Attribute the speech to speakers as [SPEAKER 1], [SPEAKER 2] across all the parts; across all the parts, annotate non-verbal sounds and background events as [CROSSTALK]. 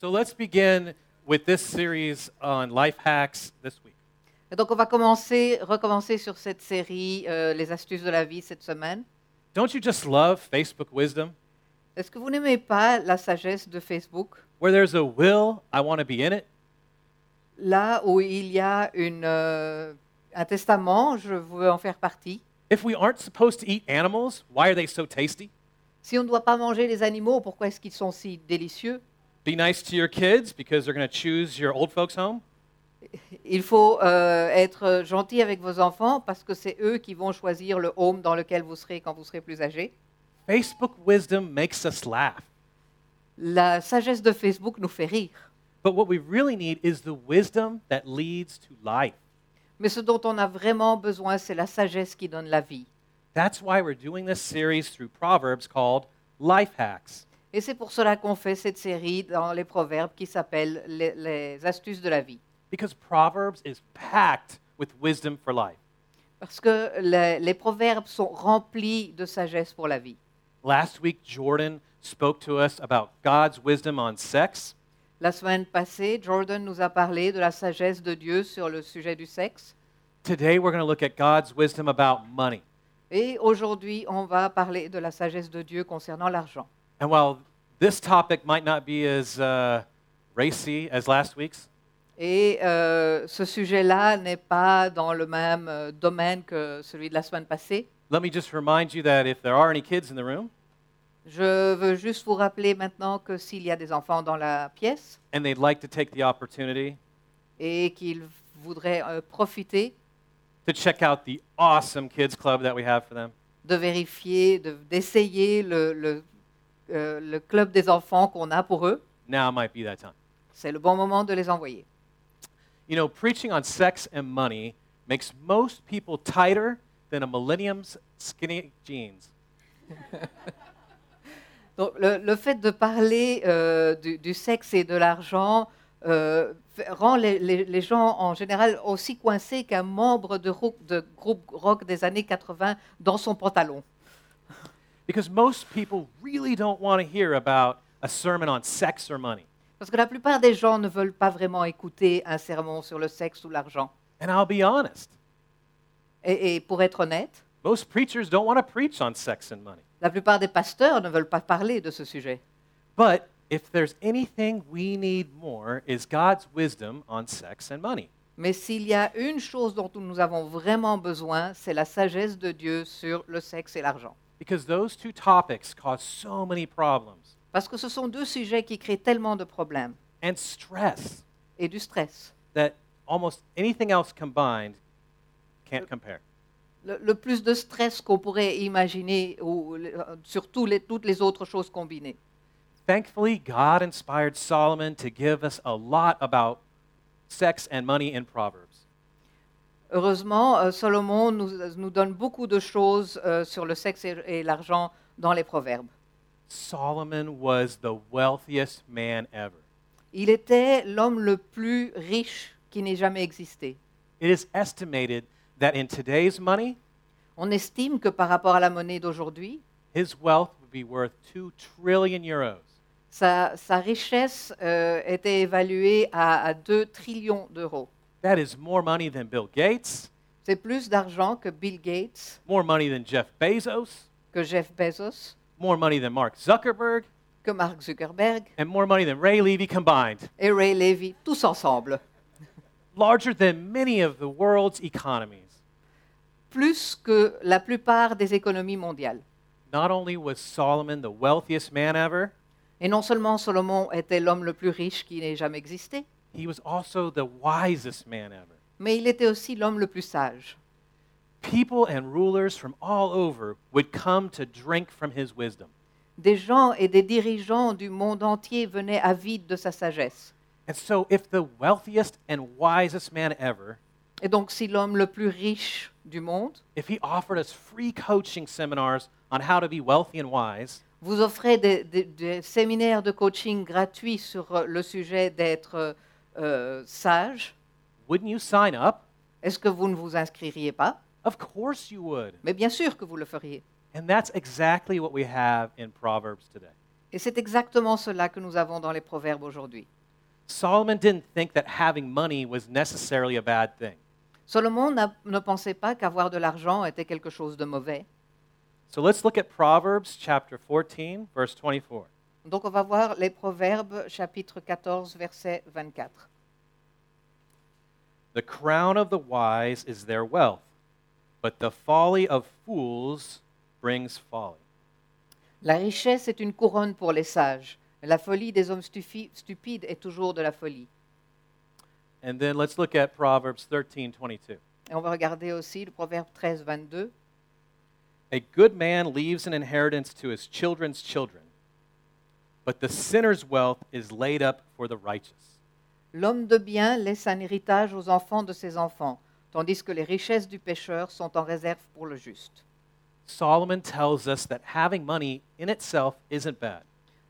[SPEAKER 1] So let's begin with this series on life hacks this week.
[SPEAKER 2] Donc on va commencer, recommencer sur cette série euh, Les astuces de la vie cette semaine.
[SPEAKER 1] Don't you just love Facebook wisdom?
[SPEAKER 2] Est-ce que vous n'aimez pas la sagesse de Facebook
[SPEAKER 1] Where there's a will, I want to be in it.
[SPEAKER 2] Là où il y a une, euh, un testament, je veux en faire partie.
[SPEAKER 1] If we aren't supposed to eat animals, why are they so tasty?
[SPEAKER 2] Si on ne doit pas manger les animaux, pourquoi est-ce qu'ils sont si délicieux
[SPEAKER 1] Be nice to your kids because they're going to choose your old folks home.
[SPEAKER 2] Il faut euh, être gentil avec vos enfants parce que c'est eux qui vont choisir le home dans lequel vous serez quand vous serez plus âgé.
[SPEAKER 1] Facebook wisdom makes us laugh.
[SPEAKER 2] La sagesse de Facebook nous fait rire.
[SPEAKER 1] But what we really need is the wisdom that leads to life.
[SPEAKER 2] Mais ce dont on a vraiment besoin, c'est la sagesse qui donne la vie.
[SPEAKER 1] That's why we're doing this series through Proverbs called Life Hacks.
[SPEAKER 2] Et c'est pour cela qu'on fait cette série dans les proverbes qui s'appelle les, les astuces de la vie.
[SPEAKER 1] Because Proverbs is packed with wisdom for life.
[SPEAKER 2] Parce que les, les proverbes sont remplis de sagesse pour la vie.
[SPEAKER 1] Last week, Jordan spoke to us about God's wisdom on sex.
[SPEAKER 2] La semaine passée, Jordan nous a parlé de la sagesse de Dieu sur le sujet du sexe.
[SPEAKER 1] Today, we're going to look at God's wisdom about money.
[SPEAKER 2] Et aujourd'hui, on va parler de la sagesse de Dieu concernant l'argent.
[SPEAKER 1] And while this topic might not be as uh, racy as last week's,
[SPEAKER 2] Et euh, ce sujet-là n'est pas dans le même euh, domaine que celui de la semaine passée.
[SPEAKER 1] let me just remind you that if there are any kids in the room
[SPEAKER 2] Je veux juste vous rappeler maintenant que s'il y a des enfants dans la pièce
[SPEAKER 1] and they'd like to take the opportunity
[SPEAKER 2] et qu'ils voudraient euh, profiter
[SPEAKER 1] to check out the awesome kids club that we have for them,
[SPEAKER 2] de vérifier, de- d'essayer le, le, euh, le club des enfants qu'on a pour eux,
[SPEAKER 1] now might be that time.
[SPEAKER 2] c'est le bon moment de les envoyer.
[SPEAKER 1] You know, preaching on sex and money makes most people tighter than a millennium's skinny jeans.
[SPEAKER 2] Donc le, le fait de parler euh, du, du sexe et de l'argent euh, fait- rend les, les- les gens en général aussi coincés qu'un membre de, rou- de groupe rock des années 80 dans son pantalon.
[SPEAKER 1] Because most people really don't want to hear about a sermon on sex or money.
[SPEAKER 2] Parce que la plupart des gens ne veulent pas vraiment écouter un sermon sur le sexe ou l'argent.
[SPEAKER 1] And I'll be honest,
[SPEAKER 2] Et- et pour être honnête,
[SPEAKER 1] most preachers don't want to preach on sex and money.
[SPEAKER 2] la plupart des pasteurs ne veulent pas parler de ce sujet.
[SPEAKER 1] But if there's anything we need more is God's wisdom on sex and money.
[SPEAKER 2] Mais s'il y a une chose dont nous avons vraiment besoin, c'est la sagesse de Dieu sur le sexe et l'argent.
[SPEAKER 1] Because those two topics cause so many problems
[SPEAKER 2] Parce que ce sont deux sujets qui créent tellement de problèmes
[SPEAKER 1] and stress
[SPEAKER 2] et du stress.
[SPEAKER 1] that almost anything else combined can't compare.
[SPEAKER 2] Le, le plus de stress qu'on pourrait imaginer, ou euh, sur tous les- toutes les autres choses combinées.
[SPEAKER 1] Thankfully, God inspired Solomon to give us a lot about sex and money in Proverbs.
[SPEAKER 2] Heureusement, euh, Salomon nous, nous donne beaucoup de choses euh, sur le sexe et, et l'argent dans les proverbes.
[SPEAKER 1] Solomon was the wealthiest man ever.
[SPEAKER 2] Il était l'homme le plus riche qui n'ait jamais existé.
[SPEAKER 1] It is estimated that in today's money,
[SPEAKER 2] On estime que par rapport à la monnaie d'aujourd'hui,
[SPEAKER 1] his wealth would be worth 2 trillion euros.
[SPEAKER 2] Sa, sa richesse euh, était évaluée à, à 2 trillions d'euros.
[SPEAKER 1] That is more money than Bill Gates,
[SPEAKER 2] C'est plus d'argent que Bill Gates,
[SPEAKER 1] more money than Jeff Bezos,
[SPEAKER 2] que Jeff Bezos,
[SPEAKER 1] more money than Mark Zuckerberg,
[SPEAKER 2] que Mark Zuckerberg
[SPEAKER 1] and more money than Ray Levy combined,
[SPEAKER 2] et Ray Levy, tous ensemble.
[SPEAKER 1] larger than many of the world's economies.
[SPEAKER 2] Plus que la plupart des économies mondiales.
[SPEAKER 1] Not only was Solomon the wealthiest man ever,
[SPEAKER 2] Et non seulement Solomon était l'homme le plus riche qui n'ait jamais existé,
[SPEAKER 1] he was also the wisest man ever.
[SPEAKER 2] mais il était aussi l'homme le plus sage.
[SPEAKER 1] People and rulers from all over would come to drink from his wisdom.
[SPEAKER 2] Des gens et des dirigeants du monde entier venaient avides de sa sagesse.
[SPEAKER 1] And so, if the wealthiest and wisest man ever,
[SPEAKER 2] Et donc si l'homme le plus riche du monde
[SPEAKER 1] if he offered us free coaching seminars on how to be wealthy and wise,
[SPEAKER 2] Vous offrez des, des- des séminaires de coaching gratuits sur euh, le sujet d'être euh, euh, sage.
[SPEAKER 1] wouldn't you sign up?
[SPEAKER 2] Est-ce que vous ne vous inscririez pas
[SPEAKER 1] Of course you would.
[SPEAKER 2] Mais bien sûr que vous le feriez.
[SPEAKER 1] And that's exactly what we have in Proverbs today.
[SPEAKER 2] Et c'est exactement cela que nous avons dans les proverbes aujourd'hui.
[SPEAKER 1] Solomon didn't think that having money was necessarily a bad thing.
[SPEAKER 2] Solomon n'a- ne pensait pas qu'avoir de l'argent était quelque chose de mauvais.
[SPEAKER 1] So let's look at Proverbs chapter 14, verse 24.
[SPEAKER 2] Donc on va voir les proverbes chapitre 14 verset 24.
[SPEAKER 1] The crown of the wise is their wealth, but the folly of fools brings folly.
[SPEAKER 2] La richesse est une couronne pour les sages. La folie des hommes stufi- stupides est toujours de la folie.
[SPEAKER 1] And then let's look at Proverbs 13, 22.
[SPEAKER 2] Et on va regarder aussi le proverbe 13 22.
[SPEAKER 1] A good man leaves an inheritance to his children's children, but the sinner's wealth is laid up for the righteous.
[SPEAKER 2] L'homme de bien laisse un héritage aux enfants de ses enfants, tandis que les richesses du pécheur sont en réserve pour le juste.
[SPEAKER 1] Solomon tells us that having money in itself isn't bad.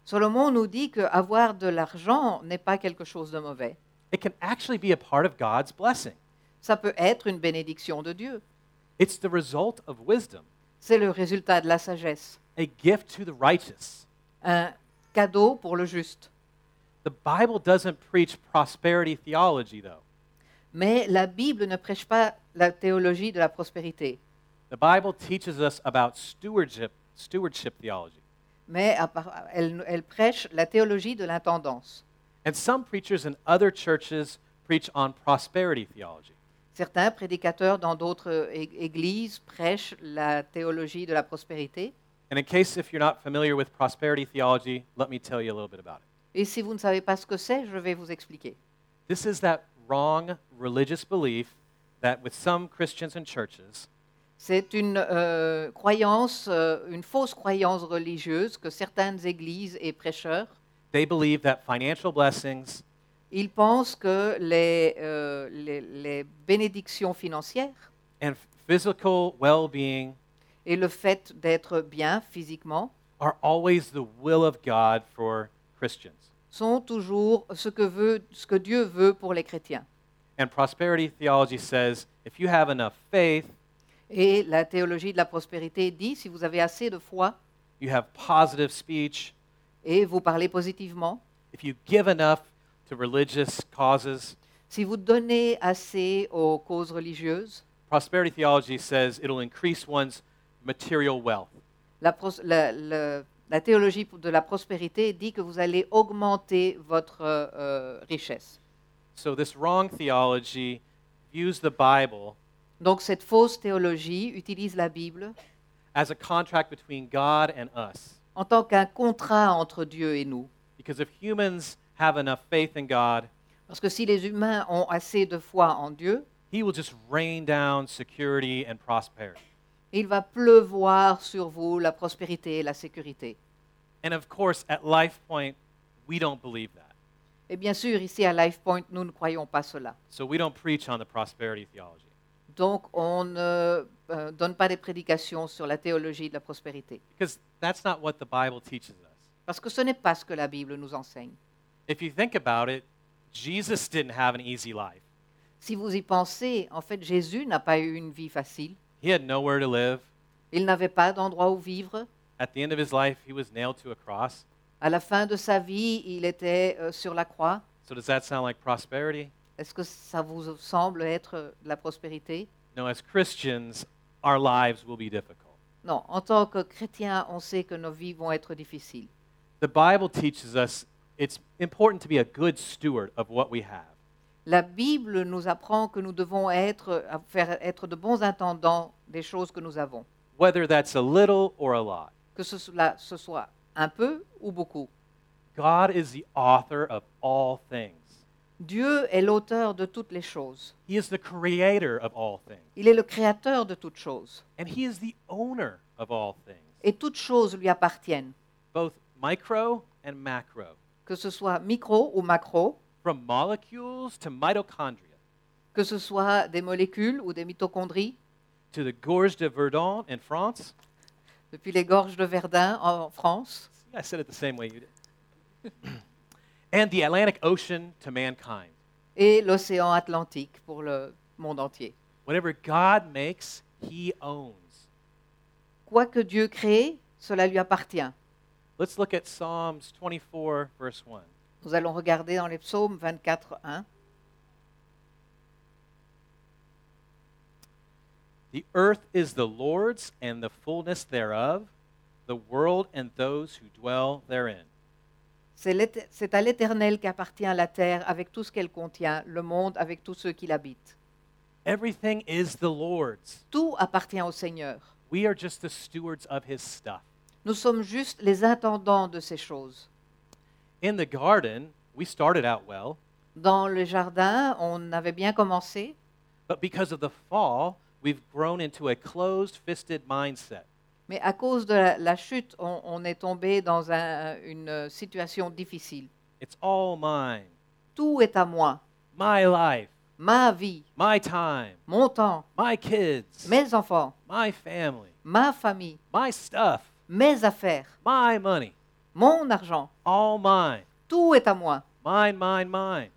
[SPEAKER 2] Solomon nous dit qu'avoir de l'argent n'est pas quelque chose de mauvais.
[SPEAKER 1] It can actually be a part of God's blessing.
[SPEAKER 2] Ça peut être une bénédiction de Dieu.
[SPEAKER 1] It's the result of wisdom,
[SPEAKER 2] C'est le résultat de la sagesse,
[SPEAKER 1] a gift to the righteous.
[SPEAKER 2] un cadeau pour le juste.
[SPEAKER 1] The Bible doesn't preach prosperity theology, though.
[SPEAKER 2] Mais la Bible ne prêche pas la théologie de la prospérité,
[SPEAKER 1] The Bible teaches us about stewardship, stewardship theology.
[SPEAKER 2] mais à part- elle, elle prêche la théologie de l'intendance.
[SPEAKER 1] And some preachers in other churches preach on prosperity theology.
[SPEAKER 2] Certains prédicateurs dans d'autres euh, ég- églises prêchent la théologie de la prospérité.
[SPEAKER 1] And in case if you're not familiar with prosperity theology, let me tell you a little bit about it.
[SPEAKER 2] Et si vous ne savez pas ce que c'est, je vais vous expliquer.
[SPEAKER 1] This is that wrong religious belief that with some Christians and churches,
[SPEAKER 2] C'est une euh, croyance, euh, une fausse croyance religieuse que certaines églises et prêcheurs,
[SPEAKER 1] they believe that financial blessings
[SPEAKER 2] ils pensent que les, euh, les- les bénédictions financières
[SPEAKER 1] and physical well-being
[SPEAKER 2] et le fait d'être bien physiquement
[SPEAKER 1] are always the will of God for Christians.
[SPEAKER 2] sont toujours ce que, veut, ce que Dieu veut pour les chrétiens.
[SPEAKER 1] And prosperity theology says if you have enough faith,
[SPEAKER 2] Et la théologie de la prospérité dit, si vous avez assez de foi
[SPEAKER 1] you have positive speech,
[SPEAKER 2] et vous parlez positivement,
[SPEAKER 1] if you give enough to religious causes,
[SPEAKER 2] si vous donnez assez aux causes religieuses,
[SPEAKER 1] prosperity theology says it'll increase one's material wealth.
[SPEAKER 2] La, pros- la- la- la théologie de la prospérité dit que vous allez augmenter votre euh, euh, richesse.
[SPEAKER 1] So this wrong theology views the Bible
[SPEAKER 2] Donc cette fausse théologie utilise la Bible
[SPEAKER 1] as a contract between God and us.
[SPEAKER 2] en tant qu'un contrat entre Dieu et nous.
[SPEAKER 1] Because if humans have enough faith in God,
[SPEAKER 2] Parce que si les humains ont assez de foi en Dieu,
[SPEAKER 1] he will just rain down security and prosperity.
[SPEAKER 2] il va pleuvoir sur vous la prospérité et la sécurité.
[SPEAKER 1] And of course, at Life Point, we don't believe that.
[SPEAKER 2] Et bien sûr, ici à LifePoint, nous ne croyons pas cela.
[SPEAKER 1] So we don't preach on the prosperity theology.
[SPEAKER 2] Donc on ne euh, donne pas des prédications sur la théologie de la prospérité.
[SPEAKER 1] Because that's not what the Bible teaches us.
[SPEAKER 2] Parce que ce n'est pas ce que la Bible nous enseigne.
[SPEAKER 1] If you think about it, Jesus didn't have an easy life.
[SPEAKER 2] Si vous y pensez, en fait, Jésus n'a pas eu une vie facile.
[SPEAKER 1] He had nowhere to live.
[SPEAKER 2] Il n'avait pas d'endroit où vivre.
[SPEAKER 1] At the end of his life, he was nailed to a cross.
[SPEAKER 2] À la fin de sa vie, il était euh, sur la croix.
[SPEAKER 1] So does that sound like prosperity?
[SPEAKER 2] Est-ce que ça vous semble être euh, de la prospérité
[SPEAKER 1] No, as Christians, our lives will be difficult.
[SPEAKER 2] Non, en tant que chrétien, on sait que nos vies vont être difficiles.
[SPEAKER 1] The Bible teaches us it's important to be a good steward of what we have.
[SPEAKER 2] La Bible nous apprend que nous devons être, euh, à faire, être de bons intendants des choses que nous avons,
[SPEAKER 1] whether that's a little or a lot.
[SPEAKER 2] que ce, cela- ce soit un peu ou beaucoup.
[SPEAKER 1] God is the author of all things.
[SPEAKER 2] Dieu est l'auteur de toutes les choses.
[SPEAKER 1] He is the creator of all things,
[SPEAKER 2] Il est le créateur de toutes choses.
[SPEAKER 1] and he is the owner of all things,
[SPEAKER 2] Et toutes choses lui appartiennent.
[SPEAKER 1] both micro and macro,
[SPEAKER 2] que ce soit micro ou macro,
[SPEAKER 1] from molecules to mitochondria,
[SPEAKER 2] que ce soit des molécules ou des mitochondries,
[SPEAKER 1] to the Gorge de Verdun in France.
[SPEAKER 2] depuis les gorges de Verdun en France,
[SPEAKER 1] See, I said it the same way you did. [CLEARS THROAT] and the Atlantic Ocean to mankind.
[SPEAKER 2] et l'océan Atlantique pour le monde entier.
[SPEAKER 1] Whatever God makes, he owns.
[SPEAKER 2] Quoi que Dieu crée, cela lui appartient.
[SPEAKER 1] Let's look at Psalms 24, verse 1.
[SPEAKER 2] Nous allons regarder dans les psaumes 24, 1.
[SPEAKER 1] The earth is the Lord's and the fullness thereof, the world and those who dwell therein.
[SPEAKER 2] C'est l'Éte- C'est à l'Éternel qu'appartient la terre avec tout ce qu'elle contient, le monde avec tous ceux qui l'habitent.
[SPEAKER 1] Everything is the Lord's.
[SPEAKER 2] Tout appartient au Seigneur.
[SPEAKER 1] We are just the stewards of his stuff.
[SPEAKER 2] Nous sommes juste les intendants de ces choses.
[SPEAKER 1] In the garden, we started out well,
[SPEAKER 2] Dans le jardin, on avait bien commencé,
[SPEAKER 1] but because of the fall, we've grown into a closed fisted mindset.
[SPEAKER 2] mais à cause de la, la chute, on, on est tombé dans un- une situation difficile.
[SPEAKER 1] It's all mine,
[SPEAKER 2] Tout est à moi,
[SPEAKER 1] my life,
[SPEAKER 2] ma vie,
[SPEAKER 1] my time,
[SPEAKER 2] mon temps,
[SPEAKER 1] my kids,
[SPEAKER 2] mes enfants,
[SPEAKER 1] my family,
[SPEAKER 2] ma famille,
[SPEAKER 1] my stuff,
[SPEAKER 2] mes affaires,
[SPEAKER 1] my money,
[SPEAKER 2] mon argent.
[SPEAKER 1] all mine,
[SPEAKER 2] Tout est à moi.
[SPEAKER 1] mine, mine, mine.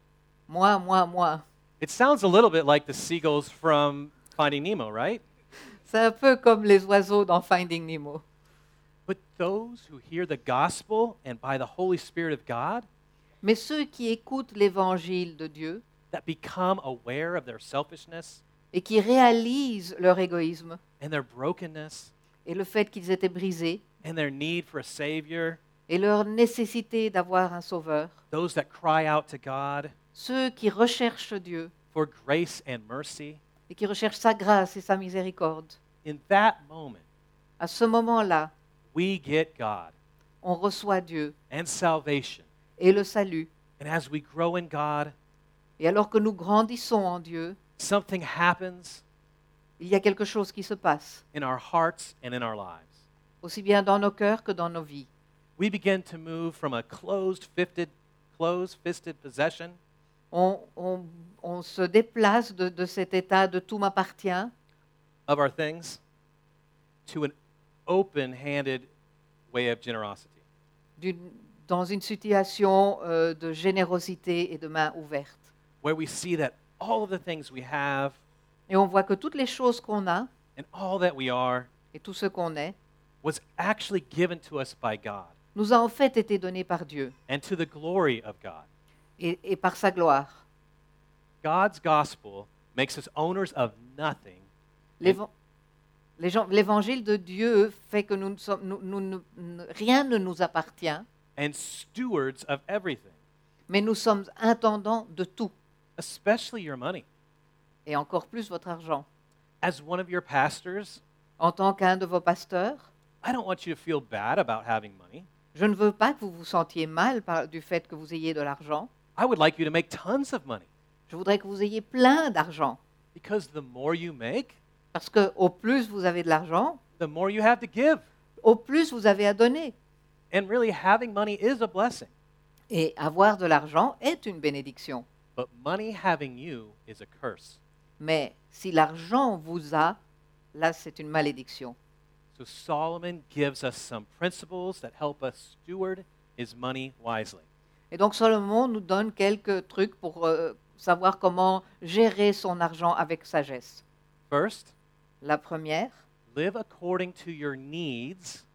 [SPEAKER 2] Moi, moi, moi.
[SPEAKER 1] It sounds a little bit like the seagulls from Finding Nemo, right?
[SPEAKER 2] C'est un peu comme les oiseaux dans Finding Nemo.
[SPEAKER 1] But those who hear the gospel and by the Holy Spirit of God
[SPEAKER 2] Mais ceux qui écoutent l'évangile de Dieu
[SPEAKER 1] that become aware of their selfishness
[SPEAKER 2] et qui réalisent leur égoïsme
[SPEAKER 1] and their brokenness
[SPEAKER 2] et le fait qu'ils étaient brisés
[SPEAKER 1] and their need for a Savior,
[SPEAKER 2] et leur nécessité d'avoir un sauveur,
[SPEAKER 1] those that cry out to God
[SPEAKER 2] ceux qui recherchent Dieu
[SPEAKER 1] for grace and mercy,
[SPEAKER 2] et qui recherchent sa grâce et sa miséricorde,
[SPEAKER 1] in that moment,
[SPEAKER 2] à ce moment-là,
[SPEAKER 1] we get God
[SPEAKER 2] on reçoit Dieu
[SPEAKER 1] and salvation.
[SPEAKER 2] et le salut.
[SPEAKER 1] And as we grow in God,
[SPEAKER 2] Et alors que nous grandissons en Dieu,
[SPEAKER 1] something happens
[SPEAKER 2] il y a quelque chose qui se passe,
[SPEAKER 1] in our hearts and in our lives.
[SPEAKER 2] aussi bien dans nos cœurs que dans nos vies.
[SPEAKER 1] We begin to move from a closed fisted, closed fisted possession
[SPEAKER 2] On, on- on se déplace de, de cet état de tout m'appartient
[SPEAKER 1] of our things to an open handed way of generosity.
[SPEAKER 2] d'une- dans une situation euh, de générosité et de main ouverte.
[SPEAKER 1] where we see that all of the things we have
[SPEAKER 2] Et on voit que toutes les choses qu'on a
[SPEAKER 1] and all that we are
[SPEAKER 2] et tout ce qu'on est
[SPEAKER 1] was actually given to us by God
[SPEAKER 2] nous a en fait été donné par Dieu
[SPEAKER 1] and to the glory of God.
[SPEAKER 2] et, et par sa gloire.
[SPEAKER 1] God's gospel makes us owners of nothing.
[SPEAKER 2] L'évan- les gens- L'évangile de Dieu fait que nous ne sommes- nous- nous ne- ne- rien ne nous appartient,
[SPEAKER 1] and stewards of everything,
[SPEAKER 2] mais nous sommes intendants de tout,
[SPEAKER 1] especially your money.
[SPEAKER 2] et encore plus votre argent.
[SPEAKER 1] As one of your pastors,
[SPEAKER 2] En tant qu'un de vos pasteurs,
[SPEAKER 1] I don't want you to feel bad about having money.
[SPEAKER 2] je ne veux pas que vous vous sentiez mal par- du fait que vous ayez de l'argent.
[SPEAKER 1] I would like you to make tons of money
[SPEAKER 2] Je voudrais que vous ayez plein d'argent,
[SPEAKER 1] because the more you make,
[SPEAKER 2] parce que au plus vous avez de l'argent,
[SPEAKER 1] the more you have to give.
[SPEAKER 2] au plus vous avez à donner.
[SPEAKER 1] And really, having money is a blessing,
[SPEAKER 2] Et avoir de l'argent est une bénédiction.
[SPEAKER 1] but money having you is a curse.
[SPEAKER 2] Mais si l'argent vous a, là, c'est une malédiction.
[SPEAKER 1] So Solomon gives us some principles that help us steward his money wisely.
[SPEAKER 2] Et donc Salomon nous donne quelques trucs pour euh, savoir comment gérer son argent avec sagesse.
[SPEAKER 1] First,
[SPEAKER 2] La première,
[SPEAKER 1] live according to your needs,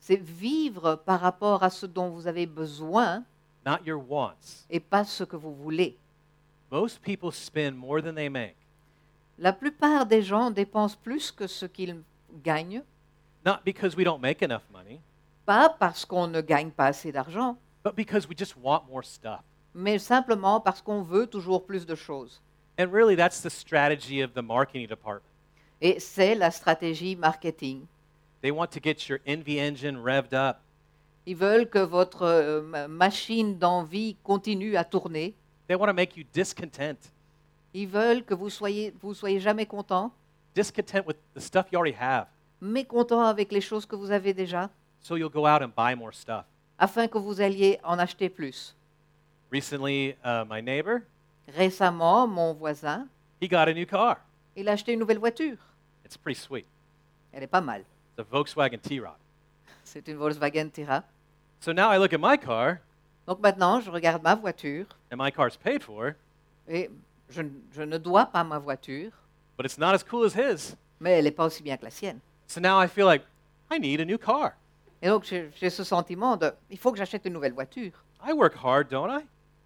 [SPEAKER 2] c'est vivre par rapport à ce dont vous avez besoin
[SPEAKER 1] not your wants.
[SPEAKER 2] et pas ce que vous voulez.
[SPEAKER 1] Most people spend more than they make.
[SPEAKER 2] La plupart des gens dépensent plus que ce qu'ils gagnent,
[SPEAKER 1] Not because we don't make enough money,
[SPEAKER 2] pas parce qu'on ne gagne pas assez d'argent,
[SPEAKER 1] but because we just want more stuff.
[SPEAKER 2] mais simplement parce qu'on veut toujours plus de choses.
[SPEAKER 1] And really, that's the strategy of the marketing department.
[SPEAKER 2] Et c'est la stratégie marketing.
[SPEAKER 1] They want to get your envy engine revved up.
[SPEAKER 2] Ils veulent que votre euh, ma- machine d'envie continue à tourner.
[SPEAKER 1] They want to make you discontent,
[SPEAKER 2] Ils veulent que vous soyez, vous soyez jamais content,
[SPEAKER 1] discontent with the stuff you already have,
[SPEAKER 2] mécontent avec les choses que vous avez déjà,
[SPEAKER 1] so you'll go out and buy more stuff.
[SPEAKER 2] afin que vous alliez en acheter plus.
[SPEAKER 1] Recently, uh, my neighbor,
[SPEAKER 2] Récemment, mon voisin,
[SPEAKER 1] he got a new car.
[SPEAKER 2] il a acheté une nouvelle voiture.
[SPEAKER 1] It's pretty sweet.
[SPEAKER 2] Elle est pas mal.
[SPEAKER 1] It's a Volkswagen T-Roc.
[SPEAKER 2] C'est une Volkswagen Tira.
[SPEAKER 1] So now I look at my car,
[SPEAKER 2] Donc maintenant, je regarde ma voiture
[SPEAKER 1] and my car's paid for,
[SPEAKER 2] et je, n- je ne dois pas ma voiture,
[SPEAKER 1] but it's not as cool as his.
[SPEAKER 2] mais elle n'est pas aussi bien que la sienne.
[SPEAKER 1] So now I feel like I need a new car.
[SPEAKER 2] Et donc, j'ai j'ai ce sentiment de, il faut que j'achète une nouvelle voiture.
[SPEAKER 1] I work hard, don't I?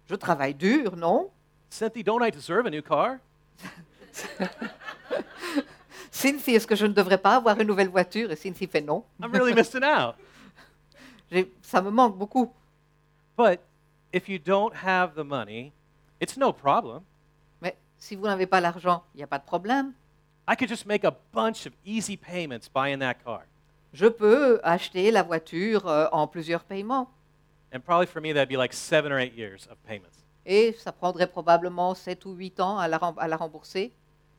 [SPEAKER 2] Je travaille dur, non
[SPEAKER 1] Cynthia, don't I deserve a new car?
[SPEAKER 2] Cynthia, est-ce que je ne devrais pas avoir une nouvelle voiture Et Cynthia fait non.
[SPEAKER 1] I'm really missing out.
[SPEAKER 2] J'ai- Ça me manque beaucoup.
[SPEAKER 1] But if you don't have the money, it's no problem.
[SPEAKER 2] Mais si vous n'avez pas l'argent, il n'y a pas de problème.
[SPEAKER 1] I could just make a bunch of easy payments buying that car.
[SPEAKER 2] Je peux acheter la voiture euh, en plusieurs paiements.
[SPEAKER 1] And probably for me, that'd be like seven or eight years of payments.
[SPEAKER 2] Et ça prendrait probablement 7 ou 8 ans à la, rem- à la rembourser.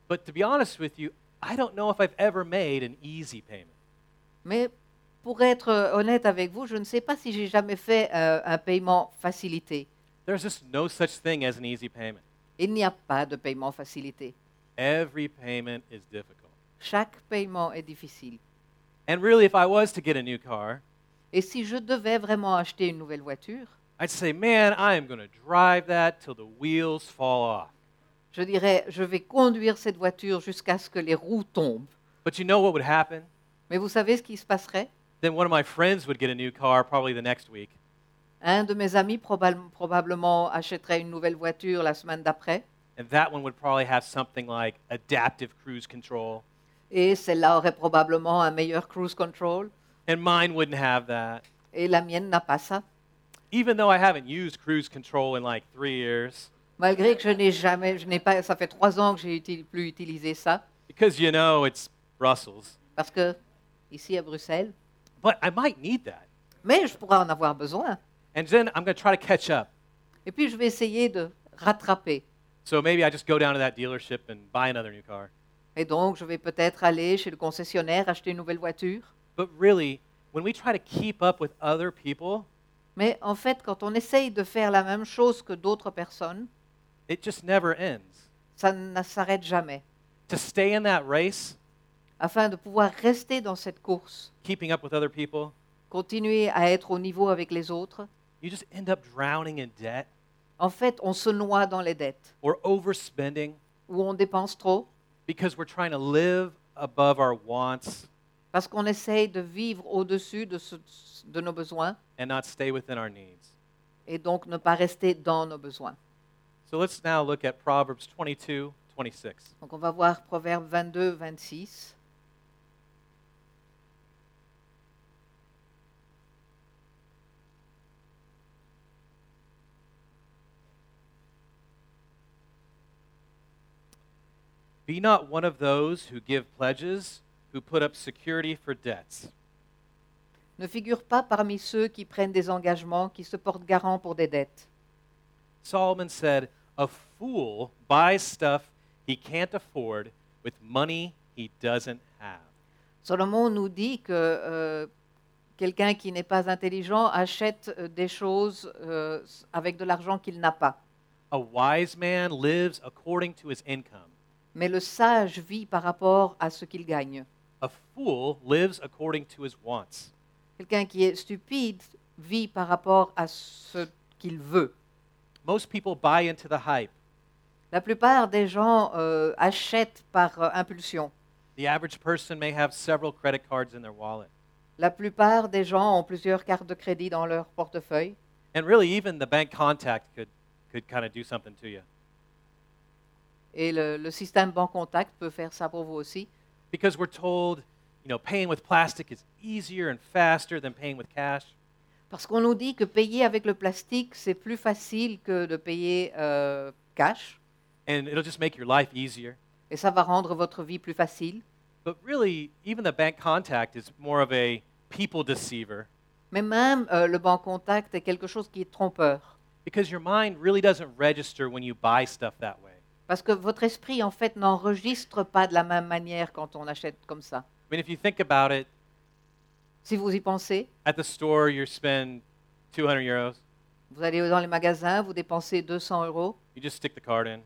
[SPEAKER 1] But to be honest with you, I don't know if I've ever made an easy payment.
[SPEAKER 2] Mais pour être euh, honnête avec vous, je ne sais pas si j'ai jamais fait euh, un paiement facilité.
[SPEAKER 1] There's just no such thing as an easy payment.
[SPEAKER 2] Il n'y a pas de paiement facilité.
[SPEAKER 1] Every payment is difficult.
[SPEAKER 2] Chaque paiement est difficile.
[SPEAKER 1] And really, if I was to get a new car,
[SPEAKER 2] Et si je devais vraiment acheter une nouvelle voiture,
[SPEAKER 1] I'd say, man, I am going to drive that till the wheels fall off.
[SPEAKER 2] je dirais, je vais conduire cette voiture jusqu'à ce que les roues tombent.
[SPEAKER 1] But you know what would happen?
[SPEAKER 2] Mais vous savez ce qui se passerait
[SPEAKER 1] Then one of my friends would get a new car probably the next week.
[SPEAKER 2] Un de mes amis probable- probablement achèterait une nouvelle voiture la semaine d'après.
[SPEAKER 1] And that one would probably have something like adaptive cruise control.
[SPEAKER 2] Et celle-là aurait probablement un meilleur cruise control.
[SPEAKER 1] And mine wouldn't have that.
[SPEAKER 2] Et la mienne n'a pas ça.
[SPEAKER 1] Even though I haven't used cruise control in like three years,
[SPEAKER 2] Malgré que je n'ai jamais, je n'ai pas, ça fait trois ans que j'ai uti- plus utilisé ça,
[SPEAKER 1] because you know it's Brussels.
[SPEAKER 2] parce que ici à Bruxelles.
[SPEAKER 1] But I might need that.
[SPEAKER 2] Mais je pourrais en avoir besoin.
[SPEAKER 1] And then I'm going to try to catch up.
[SPEAKER 2] Et puis je vais essayer de rattraper.
[SPEAKER 1] So maybe I just go down to that dealership and buy another new car.
[SPEAKER 2] Et donc je vais peut-être aller chez le concessionnaire acheter une nouvelle voiture.
[SPEAKER 1] But really, when we try to keep up with other people,
[SPEAKER 2] Mais en fait, quand on essaye de faire la même chose que d'autres personnes,
[SPEAKER 1] it just never ends.
[SPEAKER 2] ça ne s'arrête jamais.
[SPEAKER 1] To stay in that race,
[SPEAKER 2] Afin de pouvoir rester dans cette course,
[SPEAKER 1] keeping up with other people,
[SPEAKER 2] continuer à être au niveau avec les autres,
[SPEAKER 1] you just end up drowning in debt
[SPEAKER 2] en fait, on se noie dans les dettes,
[SPEAKER 1] or overspending
[SPEAKER 2] où on dépense trop,
[SPEAKER 1] because we're trying to live above our wants
[SPEAKER 2] parce qu'on essaye de vivre au-dessus de, ce- de nos besoins
[SPEAKER 1] and not stay within our needs.
[SPEAKER 2] et donc ne pas rester dans nos besoins.
[SPEAKER 1] So let's now look at Proverbs 22 26.
[SPEAKER 2] Donc on va voir Proverbe 22, 26.
[SPEAKER 1] Be not one of those who give pledges, who put up security for debts.
[SPEAKER 2] Ne figure pas parmi ceux qui prennent des engagements, qui se portent garants pour des dettes.
[SPEAKER 1] Solomon said, A fool buys stuff he can't afford with money he doesn't have.
[SPEAKER 2] Solomon nous dit que euh, quelqu'un qui n'est pas intelligent achète euh, des choses euh, s- avec de l'argent qu'il n'a pas.
[SPEAKER 1] A wise man lives according to his income.
[SPEAKER 2] Mais le sage vit par rapport à ce qu'il gagne.
[SPEAKER 1] A fool lives according to his wants.
[SPEAKER 2] Quelqu'un qui est stupide vit par rapport à ce qu'il veut.
[SPEAKER 1] Most people buy into the hype.
[SPEAKER 2] La plupart des gens euh, achètent par euh, impulsion.
[SPEAKER 1] The average person may have several credit cards in their wallet.
[SPEAKER 2] La plupart des gens ont plusieurs cartes de crédit dans leur portefeuille.
[SPEAKER 1] And really, even the bank contact could, could kind of do something to you.
[SPEAKER 2] Et le, le système Banque Contact peut faire ça pour vous aussi.
[SPEAKER 1] Because we're told, you know, paying with plastic is easier and faster than paying with cash.
[SPEAKER 2] Parce qu'on nous dit que payer avec le plastique, c'est plus facile que de payer euh, cash.
[SPEAKER 1] And it'll just make your life easier.
[SPEAKER 2] Et ça va rendre votre vie plus facile.
[SPEAKER 1] But really, even the bank contact is more of a people deceiver
[SPEAKER 2] Mais même euh, le Banque Contact est quelque chose qui est trompeur.
[SPEAKER 1] because your mind really doesn't register when you buy stuff that way.
[SPEAKER 2] Parce que votre esprit, en fait, n'enregistre pas de la même manière quand on achète comme ça.
[SPEAKER 1] I mean, if you think about it,
[SPEAKER 2] Si vous y pensez,
[SPEAKER 1] at the store you spend 200 euros,
[SPEAKER 2] vous allez dans les magasins, vous dépensez 200 euros,
[SPEAKER 1] you just stick the card in,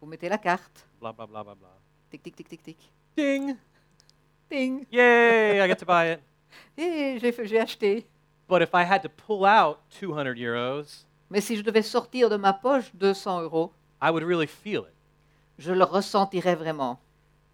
[SPEAKER 2] vous mettez la carte.
[SPEAKER 1] blah, blah, blah, blah, blah.
[SPEAKER 2] Tic, tic, tic, tic, tic.
[SPEAKER 1] Ding!
[SPEAKER 2] Ding
[SPEAKER 1] Yay, I get to buy it. [LAUGHS]
[SPEAKER 2] Hé, Eh, j'ai fait- j'ai acheté.
[SPEAKER 1] But if I had to pull out 200 euros,
[SPEAKER 2] Mais si je devais sortir de ma poche 200 euros,
[SPEAKER 1] I would really feel it.
[SPEAKER 2] je le ressentirais vraiment.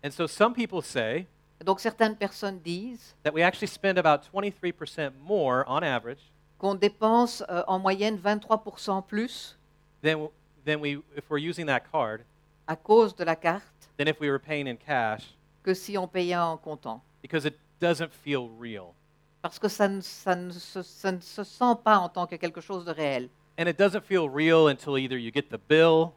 [SPEAKER 1] And so some people say,
[SPEAKER 2] Donc certaines personnes disent
[SPEAKER 1] that we actually spend about 23% more on average
[SPEAKER 2] qu'on dépense euh, en moyenne 23% plus
[SPEAKER 1] than, than we, if we're using that card,
[SPEAKER 2] à cause de la carte
[SPEAKER 1] than if we were paying in cash
[SPEAKER 2] que si on payait en comptant.
[SPEAKER 1] because it doesn't feel real.
[SPEAKER 2] Parce que ça ne, ça ne se, ça ne se sent pas en tant que quelque chose de réel.
[SPEAKER 1] And it doesn't feel real until either you get the bill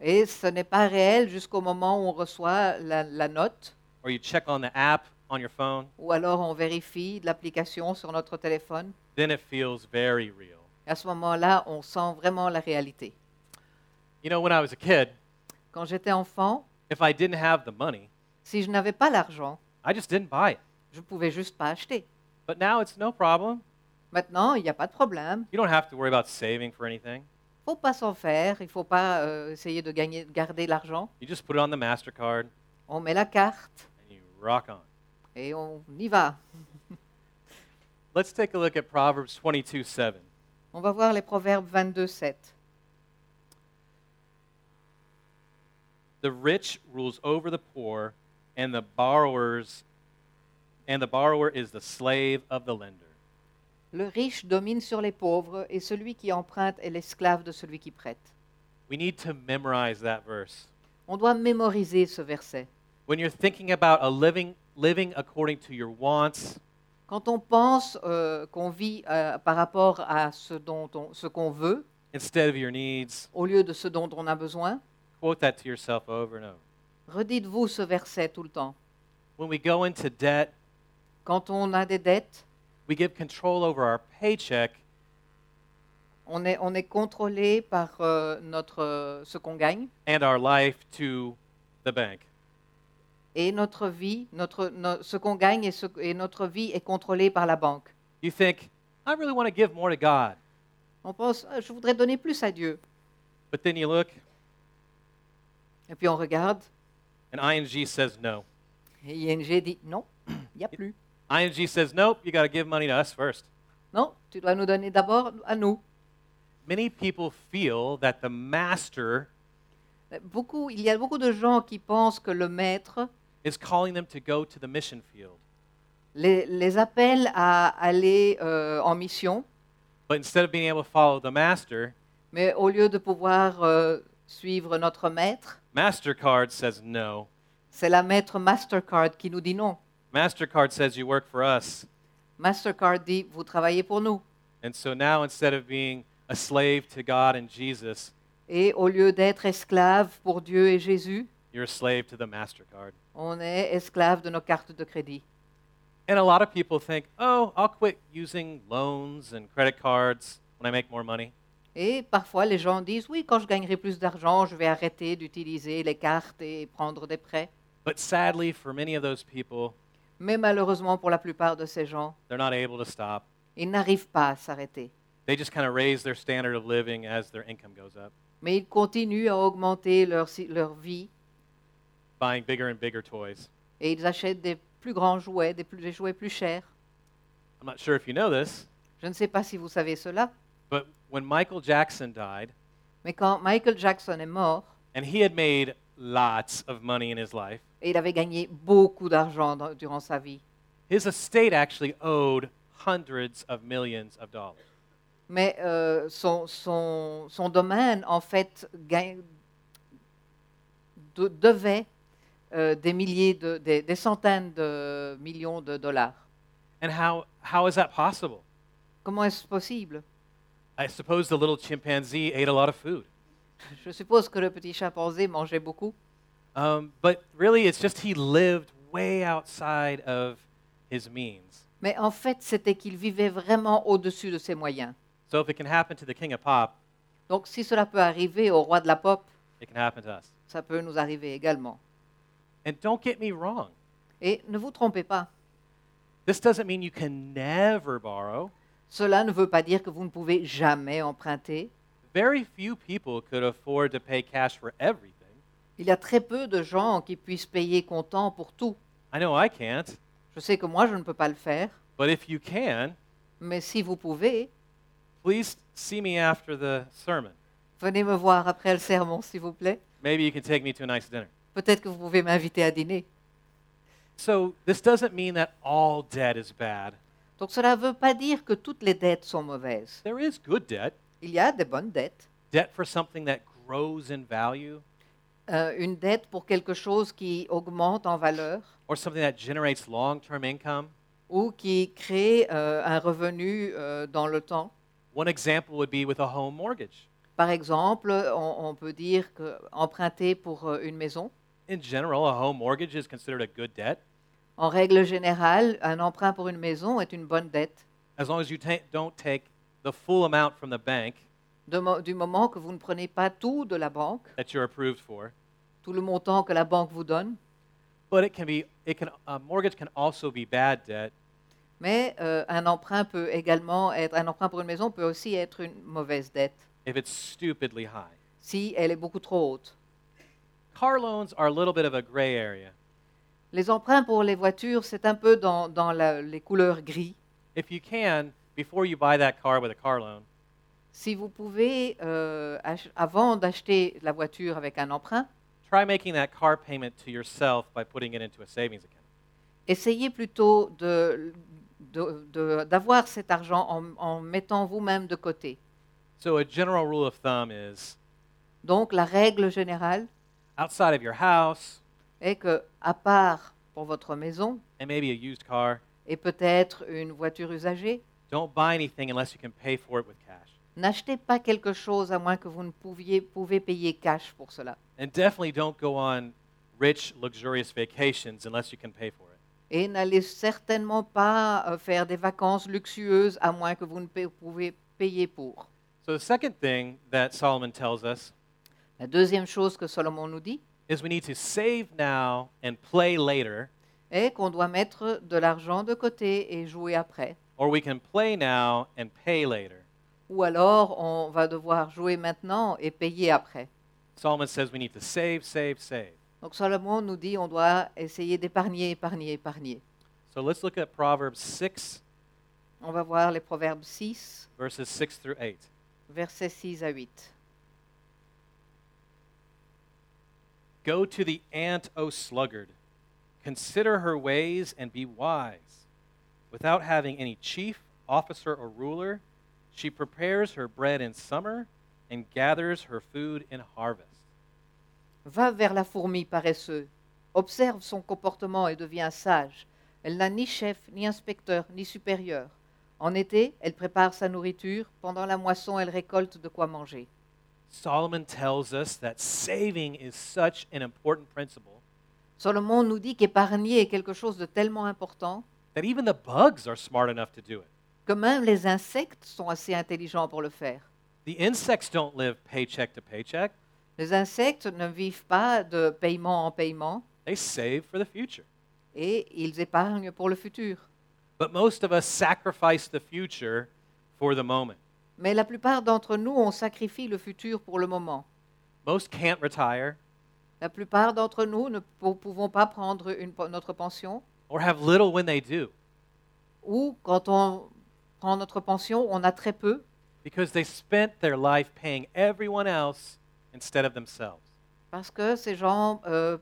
[SPEAKER 2] Et ce n'est pas réel jusqu'au moment où on reçoit la, la note
[SPEAKER 1] or you check on the app on your phone,
[SPEAKER 2] ou alors on vérifie l'application sur notre téléphone.
[SPEAKER 1] then it feels very real.
[SPEAKER 2] Et à ce moment-là, on sent vraiment la réalité.
[SPEAKER 1] You know, when I was a kid,
[SPEAKER 2] Quand j'étais enfant,
[SPEAKER 1] if I didn't have the money,
[SPEAKER 2] si je n'avais pas l'argent,
[SPEAKER 1] I just didn't buy it.
[SPEAKER 2] je pouvais juste pas acheter.
[SPEAKER 1] But now it's no problem.
[SPEAKER 2] Maintenant, il n'y a pas de problème.
[SPEAKER 1] You don't have to worry about saving for anything.
[SPEAKER 2] faut pas s'en faire. Il faut pas euh, essayer de gagner, de garder l'argent.
[SPEAKER 1] You just put it on the MasterCard and
[SPEAKER 2] On met la carte
[SPEAKER 1] you rock on.
[SPEAKER 2] et on y va.
[SPEAKER 1] Let's take a look at Proverbs 22 7.
[SPEAKER 2] On va voir les Proverbes 22, 7.
[SPEAKER 1] The rich rules over the poor, and the borrowers and the borrower is the slave of the lender.
[SPEAKER 2] Le riche domine sur les pauvres et celui qui emprunte est l'esclave de celui qui prête.
[SPEAKER 1] We need to memorize that verse.
[SPEAKER 2] On doit mémoriser ce verset.
[SPEAKER 1] When you're thinking about a living living according to your wants,
[SPEAKER 2] Quand on pense euh, qu'on vit euh, par rapport à ce dont on- ce qu'on veut,
[SPEAKER 1] instead of your needs,
[SPEAKER 2] au lieu de ce dont on a besoin,
[SPEAKER 1] quote that to yourself over and over.
[SPEAKER 2] redites-vous ce verset tout le temps.
[SPEAKER 1] When we go into debt,
[SPEAKER 2] Quand on a des dettes,
[SPEAKER 1] we give control over our paycheck
[SPEAKER 2] on est, on est contrôlé par euh, notre, euh, ce qu'on gagne
[SPEAKER 1] and our life to the bank.
[SPEAKER 2] et notre vie, notre, no- ce qu'on gagne et, ce- et notre vie est contrôlée par la banque.
[SPEAKER 1] You think, I really want to give more to God.
[SPEAKER 2] On pense, Ah, je voudrais donner plus à Dieu.
[SPEAKER 1] But then you look
[SPEAKER 2] Et puis on regarde
[SPEAKER 1] and ING says no.
[SPEAKER 2] et ING dit, non, il n'y a plus.
[SPEAKER 1] ING says, nope, you got to give money to us first.
[SPEAKER 2] Non, tu dois nous donner d'abord à nous.
[SPEAKER 1] Many people feel that the master
[SPEAKER 2] Beaucoup, il y a beaucoup de gens qui pensent que le maître
[SPEAKER 1] is calling them to go to the mission field.
[SPEAKER 2] les, les appelle à aller euh, en mission,
[SPEAKER 1] But instead of being able to follow the master,
[SPEAKER 2] mais au lieu de pouvoir euh, suivre notre maître,
[SPEAKER 1] MasterCard says no.
[SPEAKER 2] c'est la maître Mastercard qui nous dit non.
[SPEAKER 1] MasterCard says you work for us.
[SPEAKER 2] Mastercard dit, vous travaillez pour nous.
[SPEAKER 1] And so now instead of being a slave to God and Jesus,
[SPEAKER 2] Et au lieu d'être esclave pour Dieu et Jésus,
[SPEAKER 1] you're a slave to the MasterCard.
[SPEAKER 2] on est esclave de nos cartes de crédit.
[SPEAKER 1] And a lot of people think, oh, I'll quit using loans and credit cards when I make more money.
[SPEAKER 2] Et parfois, les gens disent, oui, quand je gagnerai plus d'argent, je vais arrêter d'utiliser les cartes et prendre des prêts.
[SPEAKER 1] But sadly, for many of those people,
[SPEAKER 2] Mais malheureusement, pour la plupart de ces gens,
[SPEAKER 1] they're not able to stop.
[SPEAKER 2] ils n'arrivent pas à s'arrêter.
[SPEAKER 1] They just kind of raise their standard of living as their income goes up,
[SPEAKER 2] Mais ils continuent à augmenter leur, si- leur vie
[SPEAKER 1] buying bigger and bigger toys.
[SPEAKER 2] et ils achètent des plus grands jouets, des, plus- des jouets plus chers.
[SPEAKER 1] I'm not sure if you know this,
[SPEAKER 2] Je ne sais pas si vous savez cela,
[SPEAKER 1] but when Michael Jackson died,
[SPEAKER 2] mais quand Michael Jackson est mort,
[SPEAKER 1] and he had made lots of money in his life,
[SPEAKER 2] et il avait gagné beaucoup d'argent dans- durant sa vie,
[SPEAKER 1] his estate actually owed hundreds of millions of dollars.
[SPEAKER 2] mais euh, son, son- son domaine, en fait, gain- de- devait euh, des milliers, de- des, des centaines de millions de dollars.
[SPEAKER 1] And how, how is that possible?
[SPEAKER 2] Comment est-ce possible
[SPEAKER 1] I suppose the little chimpanzee ate a lot of food.
[SPEAKER 2] Je suppose que le petit chimpanzé mangeait beaucoup.
[SPEAKER 1] Um, but really, it's just he lived way outside of his means.
[SPEAKER 2] Mais en fait, c'était qu'il vivait vraiment au-dessus de ses moyens.
[SPEAKER 1] So if it can happen to the king of pop,
[SPEAKER 2] Donc si cela peut arriver au roi de la pop,
[SPEAKER 1] it can happen to us.
[SPEAKER 2] ça peut nous arriver également.
[SPEAKER 1] And don't get me wrong.
[SPEAKER 2] Et ne vous trompez pas,
[SPEAKER 1] This doesn't mean you can never borrow.
[SPEAKER 2] cela ne veut pas dire que vous ne pouvez jamais emprunter.
[SPEAKER 1] Very few people could afford to pay cash for everything.
[SPEAKER 2] Il y a très peu de gens qui puissent payer comptant pour tout.
[SPEAKER 1] I know I can't,
[SPEAKER 2] Je sais que moi, je ne peux pas le faire,
[SPEAKER 1] but if you can,
[SPEAKER 2] mais si vous pouvez,
[SPEAKER 1] please see me after the sermon.
[SPEAKER 2] venez me voir après le sermon, s'il vous plaît.
[SPEAKER 1] Maybe you can take me to a nice dinner.
[SPEAKER 2] Peut-être que vous pouvez m'inviter à dîner.
[SPEAKER 1] So this doesn't mean that all debt is bad.
[SPEAKER 2] Donc cela ne veut pas dire que toutes les dettes sont mauvaises.
[SPEAKER 1] There is good debt,
[SPEAKER 2] Il y a des bonnes dettes.
[SPEAKER 1] debt for something that grows in value
[SPEAKER 2] Euh, une dette pour quelque chose qui augmente en valeur
[SPEAKER 1] or something that generates long-term income.
[SPEAKER 2] ou qui crée euh, un revenu euh, dans le temps.
[SPEAKER 1] One example would be with a home mortgage.
[SPEAKER 2] Par exemple, on, on peut dire que emprunter pour euh, une maison.
[SPEAKER 1] In general, a home mortgage is considered a good debt
[SPEAKER 2] En règle générale, un emprunt pour une maison est une bonne dette,
[SPEAKER 1] as long as you ta- don't take the full amount from the bank
[SPEAKER 2] de mo- du moment que vous ne prenez pas tout de la banque,
[SPEAKER 1] that you're approved for.
[SPEAKER 2] tout le montant que la banque vous donne.
[SPEAKER 1] But it can be it can a mortgage can also be bad debt
[SPEAKER 2] Mais euh, un emprunt peut également être un emprunt pour une maison peut aussi être une mauvaise dette
[SPEAKER 1] if it's stupidly high.
[SPEAKER 2] si elle est beaucoup trop haute.
[SPEAKER 1] Car loans are a little bit of a gray area.
[SPEAKER 2] Les emprunts pour les voitures, c'est un peu dans, dans la- les couleurs gris.
[SPEAKER 1] If you can, before you buy that car with a car loan,
[SPEAKER 2] Si vous pouvez, euh, ach- avant d'acheter la voiture avec un emprunt,
[SPEAKER 1] try making that car payment to yourself by putting it into a savings account.
[SPEAKER 2] essayez plutôt de- de- de- d'avoir cet argent en, en mettant vous-même de côté.
[SPEAKER 1] So a general rule of thumb is
[SPEAKER 2] Donc la règle générale
[SPEAKER 1] outside of your house
[SPEAKER 2] est que, à part pour votre maison
[SPEAKER 1] and maybe a used car,
[SPEAKER 2] et peut-être une voiture usagée,
[SPEAKER 1] don't buy anything unless you can pay for it with cash.
[SPEAKER 2] n'achetez pas quelque chose à moins que vous ne pouviez pouvez payer cash pour cela.
[SPEAKER 1] And definitely don't go on rich, luxurious vacations unless you can pay for it.
[SPEAKER 2] Et n'allez certainement pas euh, faire des vacances luxueuses à moins que vous ne pa- pouvez payer pour.
[SPEAKER 1] So the second thing that Solomon tells us
[SPEAKER 2] La deuxième chose que Salomon nous dit
[SPEAKER 1] is we need to save now and play later,
[SPEAKER 2] est qu'on doit mettre de l'argent de côté et jouer après.
[SPEAKER 1] or we can play now and pay later.
[SPEAKER 2] Ou alors on va devoir jouer maintenant et payer après.
[SPEAKER 1] Solomon says we need to save, save, save.
[SPEAKER 2] Donc Salomon nous dit on doit essayer d'épargner, épargner, épargner.
[SPEAKER 1] So let's look at Proverbs 6,
[SPEAKER 2] On va voir les Proverbes 6,
[SPEAKER 1] verses 6 through 8.
[SPEAKER 2] versets 6 à 8.
[SPEAKER 1] Go to the ant, O sluggard. Consider her ways and be wise. Without having any chief, officer, or ruler, she prepares her bread in summer and gathers her food in harvest.
[SPEAKER 2] Va vers la fourmi, paresseux. Observe son comportement et deviens sage. Elle n'a ni chef, ni inspecteur, ni supérieur. En été, elle prépare sa nourriture. Pendant la moisson, elle récolte de quoi manger.
[SPEAKER 1] Solomon tells us that saving is such an important principle
[SPEAKER 2] Solomon nous dit qu'épargner est quelque chose de tellement important
[SPEAKER 1] that even the bugs are smart enough to do it.
[SPEAKER 2] que même les insectes sont assez intelligents pour le faire.
[SPEAKER 1] The insects don't live paycheck to paycheck,
[SPEAKER 2] Les insectes ne vivent pas de paiement en paiement
[SPEAKER 1] they save for the future.
[SPEAKER 2] et ils épargnent pour le futur.
[SPEAKER 1] But most of us sacrifice the future for the moment.
[SPEAKER 2] Mais la plupart d'entre nous, on sacrifie le futur pour le moment.
[SPEAKER 1] Most can't retire
[SPEAKER 2] La plupart d'entre nous ne pou- pouvons pas prendre une po- notre pension
[SPEAKER 1] or have little when they do
[SPEAKER 2] ou quand on prend notre pension, on a très peu
[SPEAKER 1] because they spent their life paying everyone else instead of themselves.
[SPEAKER 2] parce que ces gens euh,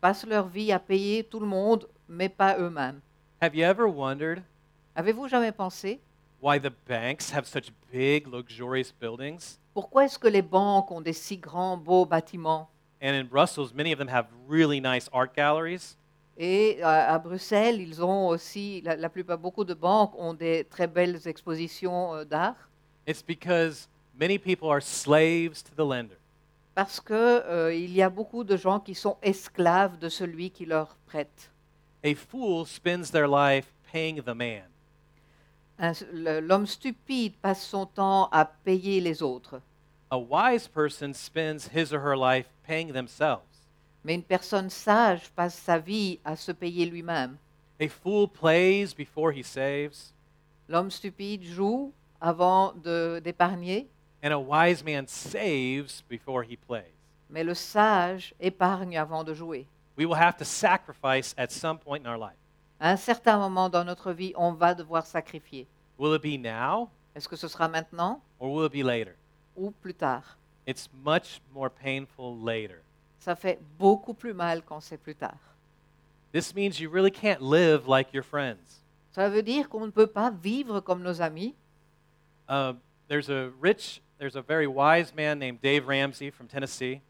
[SPEAKER 2] passent leur vie à payer tout le monde, mais pas eux-mêmes.
[SPEAKER 1] Have you ever wondered
[SPEAKER 2] Avez-vous jamais pensé
[SPEAKER 1] why the banks have such big, luxurious buildings?
[SPEAKER 2] pourquoi est-ce que les banques ont des si grands, beaux bâtiments
[SPEAKER 1] And in Brussels, many of them have really nice art galleries.
[SPEAKER 2] Et euh, à, à Bruxelles, ils ont aussi, la, la plupart, beaucoup de banques ont des très belles expositions euh, d'art
[SPEAKER 1] It's because many people are slaves to the lender.
[SPEAKER 2] parce que euh, il y a beaucoup de gens qui sont esclaves de celui qui leur prête.
[SPEAKER 1] A fool spends their life paying the man.
[SPEAKER 2] Un- le- L'homme stupide passe son temps à payer les autres,
[SPEAKER 1] A wise person spends his or her life paying themselves.
[SPEAKER 2] mais une personne sage passe sa vie à se payer lui-même.
[SPEAKER 1] A fool plays before he saves,
[SPEAKER 2] L'homme stupide joue avant de- d'épargner,
[SPEAKER 1] and a wise man saves before he plays.
[SPEAKER 2] mais le sage épargne avant de jouer.
[SPEAKER 1] We will have to sacrifice at some point in our life.
[SPEAKER 2] À un certain moment dans notre vie, on va devoir sacrifier.
[SPEAKER 1] Will it be now
[SPEAKER 2] Est-ce que ce sera maintenant
[SPEAKER 1] or will it be later?
[SPEAKER 2] ou plus tard
[SPEAKER 1] It's much more painful later.
[SPEAKER 2] Ça fait beaucoup plus mal quand c'est plus tard.
[SPEAKER 1] This means you really can't live like your friends.
[SPEAKER 2] Ça veut dire qu'on ne peut pas vivre comme nos amis.
[SPEAKER 1] Uh, there's a rich, there's a very wise man named Dave Ramsey from Tennessee.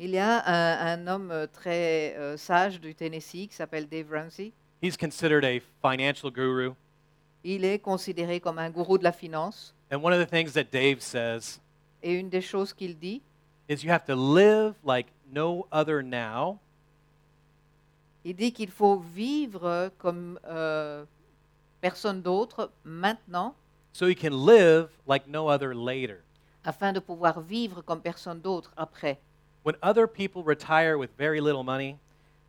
[SPEAKER 2] Il y a un, un homme très euh, sage du Tennessee qui s'appelle Dave Ramsey.
[SPEAKER 1] He's considered a financial guru.
[SPEAKER 2] Il est considéré comme un gourou de la finance.
[SPEAKER 1] And one of the things that Dave says
[SPEAKER 2] Et une des choses qu'il dit,
[SPEAKER 1] is you have to live like no other now
[SPEAKER 2] il dit qu'il faut vivre comme euh, personne d'autre maintenant
[SPEAKER 1] so you can live like no other later.
[SPEAKER 2] afin de pouvoir vivre comme personne d'autre après.
[SPEAKER 1] When other people retire with very little money,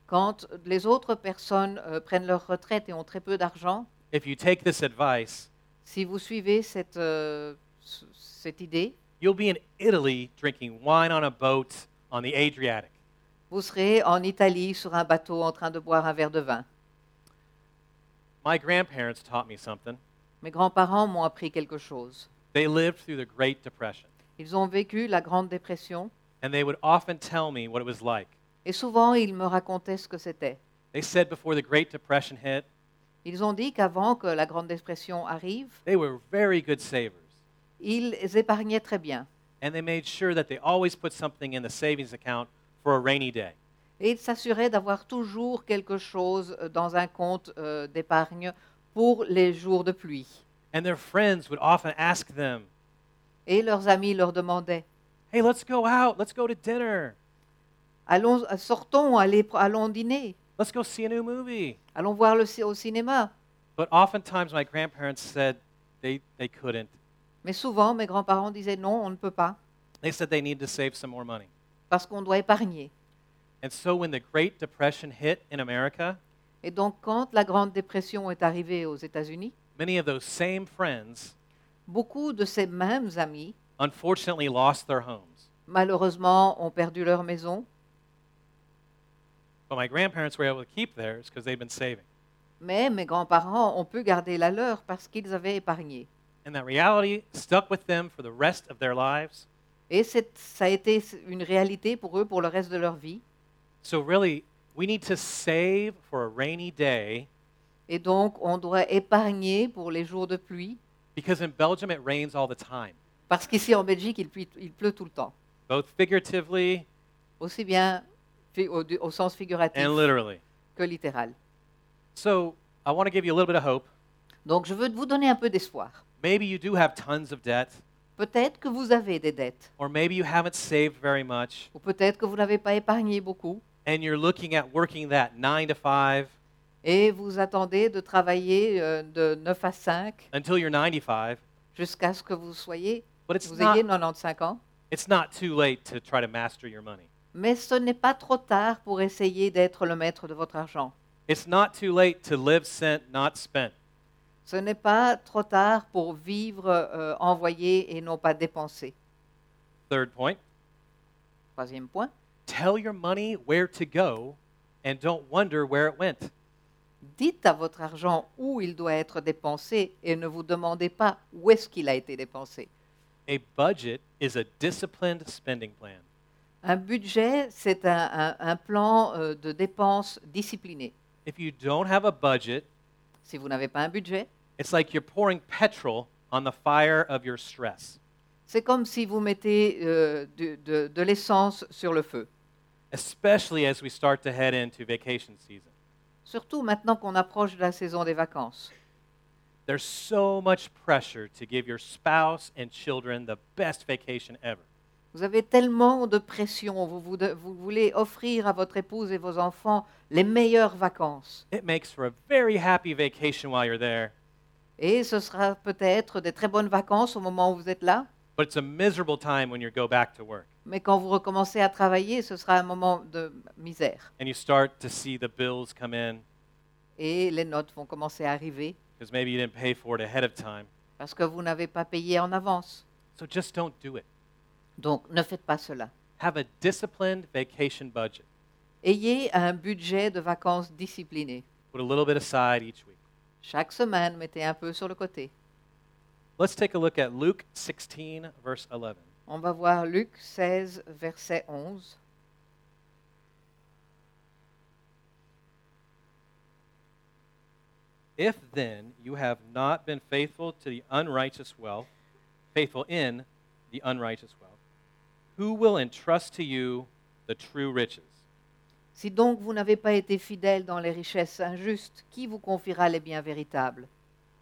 [SPEAKER 2] Quand les autres personnes euh, prennent leur retraite et ont très peu d'argent,
[SPEAKER 1] if you take this advice,
[SPEAKER 2] si vous suivez cette, euh, ce- cette idée,
[SPEAKER 1] you'll be in Italy drinking wine on a boat on the Adriatic.
[SPEAKER 2] vous serez en Italie sur un bateau en train de boire un verre de vin.
[SPEAKER 1] My grandparents taught me something.
[SPEAKER 2] Mes grands-parents m'ont appris quelque chose.
[SPEAKER 1] They lived through the Great Depression,
[SPEAKER 2] Ils ont vécu la Grande Dépression
[SPEAKER 1] and they would often tell me what it was like.
[SPEAKER 2] et souvent ils me racontaient ce que c'était.
[SPEAKER 1] They said before the Great Depression hit,
[SPEAKER 2] Ils ont dit qu'avant que la Grande Dépression arrive,
[SPEAKER 1] they were very good savers,
[SPEAKER 2] ils épargnaient très bien.
[SPEAKER 1] and they made sure that they always put something in the savings account for a rainy day.
[SPEAKER 2] Et ils s'assuraient d'avoir toujours quelque chose euh, dans un compte euh, d'épargne pour les jours de pluie.
[SPEAKER 1] And their friends would often ask them,
[SPEAKER 2] Et leurs amis leur demandaient
[SPEAKER 1] Hey, let's go out. Let's go to dinner.
[SPEAKER 2] Allons, sortons, allez- allons dîner,
[SPEAKER 1] Let's go see a new movie.
[SPEAKER 2] allons voir le, ci- au cinéma.
[SPEAKER 1] But oftentimes, my grandparents said they, they couldn't.
[SPEAKER 2] Mais souvent, mes grands-parents disaient non, on ne peut pas,
[SPEAKER 1] They said they needed to save some more money.
[SPEAKER 2] parce qu'on doit épargner.
[SPEAKER 1] And so, when the Great Depression hit in America,
[SPEAKER 2] Et donc, quand la Grande Dépression est arrivée aux États-Unis,
[SPEAKER 1] many of those same friends
[SPEAKER 2] beaucoup de ces mêmes amis,
[SPEAKER 1] unfortunately lost their homes.
[SPEAKER 2] malheureusement, ont perdu leur maison,
[SPEAKER 1] But my grandparents were able to keep theirs because they'd been saving.
[SPEAKER 2] mais mes grands-parents ont pu garder la leur parce qu'ils avaient épargné.
[SPEAKER 1] And that reality stuck with them for the rest of their lives.
[SPEAKER 2] Et c'est- ça a été s- une réalité pour eux pour le reste de leur vie.
[SPEAKER 1] So, really, we need to save for a rainy day
[SPEAKER 2] Et donc, on doit épargner pour les jours de pluie,
[SPEAKER 1] because in Belgium it rains all the time,
[SPEAKER 2] parce qu'ici en Belgique, il pluie- il pleut tout le temps.
[SPEAKER 1] both figuratively
[SPEAKER 2] aussi bien fi- au, du- au sens figuratif
[SPEAKER 1] and literally.
[SPEAKER 2] que littéral.
[SPEAKER 1] So, I want to give you a little bit of hope.
[SPEAKER 2] Donc je veux vous donner un peu d'espoir.
[SPEAKER 1] Maybe you do have tons of debt,
[SPEAKER 2] Peut-être que vous avez des dettes,
[SPEAKER 1] or maybe you haven't saved very much,
[SPEAKER 2] ou peut-être que vous n'avez pas épargné beaucoup,
[SPEAKER 1] and you're looking at working that nine to five
[SPEAKER 2] et vous attendez de travailler euh, de 9 à 5
[SPEAKER 1] until you're 95.
[SPEAKER 2] jusqu'à ce que vous soyez,
[SPEAKER 1] But it's
[SPEAKER 2] vous ayez
[SPEAKER 1] not,
[SPEAKER 2] 95 ans.
[SPEAKER 1] it's not too late to try to master your money.
[SPEAKER 2] Mais ce n'est pas trop tard pour essayer d'être le maître de votre argent.
[SPEAKER 1] It's not too late to live sent, not spent.
[SPEAKER 2] Ce n'est pas trop tard pour vivre euh, envoyé et non pas dépensé.
[SPEAKER 1] Third point
[SPEAKER 2] Troisième point,
[SPEAKER 1] tell your money where to go and don't wonder where it went.
[SPEAKER 2] Dites à votre argent où il doit être dépensé et ne vous demandez pas où est-ce qu'il a été dépensé.
[SPEAKER 1] A budget is a disciplined spending plan.
[SPEAKER 2] Un budget, c'est un, un- un plan euh, de dépenses discipliné.
[SPEAKER 1] If you don't have a budget,
[SPEAKER 2] Si vous n'avez pas un budget,
[SPEAKER 1] it's like you're pouring petrol on the fire of your stress.
[SPEAKER 2] c'est comme si vous mettez euh, du- de, de l'essence sur le feu.
[SPEAKER 1] especially as we start to head into vacation season.
[SPEAKER 2] Surtout maintenant qu'on approche de la saison des vacances.
[SPEAKER 1] There's so much pressure to give your spouse and children the best vacation ever.
[SPEAKER 2] Vous avez tellement de pression, vous, vous de- vous voulez offrir à votre épouse et vos enfants les meilleures vacances.
[SPEAKER 1] It makes for a very happy vacation while you're there,
[SPEAKER 2] Et ce sera peut-être des très bonnes vacances au moment où vous êtes là,
[SPEAKER 1] but it's a miserable time when you go back to work
[SPEAKER 2] Mais quand vous recommencez à travailler, ce sera un moment de misère.
[SPEAKER 1] and you start to see the bills come in
[SPEAKER 2] Et les notes vont commencer à arriver
[SPEAKER 1] because maybe you didn't pay for it ahead of time.
[SPEAKER 2] parce que vous n'avez pas payé en avance.
[SPEAKER 1] So just don't do it.
[SPEAKER 2] Donc ne faites pas cela.
[SPEAKER 1] Have a disciplined vacation budget.
[SPEAKER 2] Ayez un budget de vacances discipliné.
[SPEAKER 1] Put a little bit aside each week.
[SPEAKER 2] Chaque semaine, mettez un peu sur le côté.
[SPEAKER 1] Let's take a look at Luke 16, verse 11.
[SPEAKER 2] On va voir Luc 16, verset 11.
[SPEAKER 1] If then you have not been faithful to the unrighteous wealth, faithful in the unrighteous wealth, who will entrust to you the true riches?
[SPEAKER 2] Si donc vous n'avez pas été fidèle dans les richesses injustes, qui vous confiera les biens véritables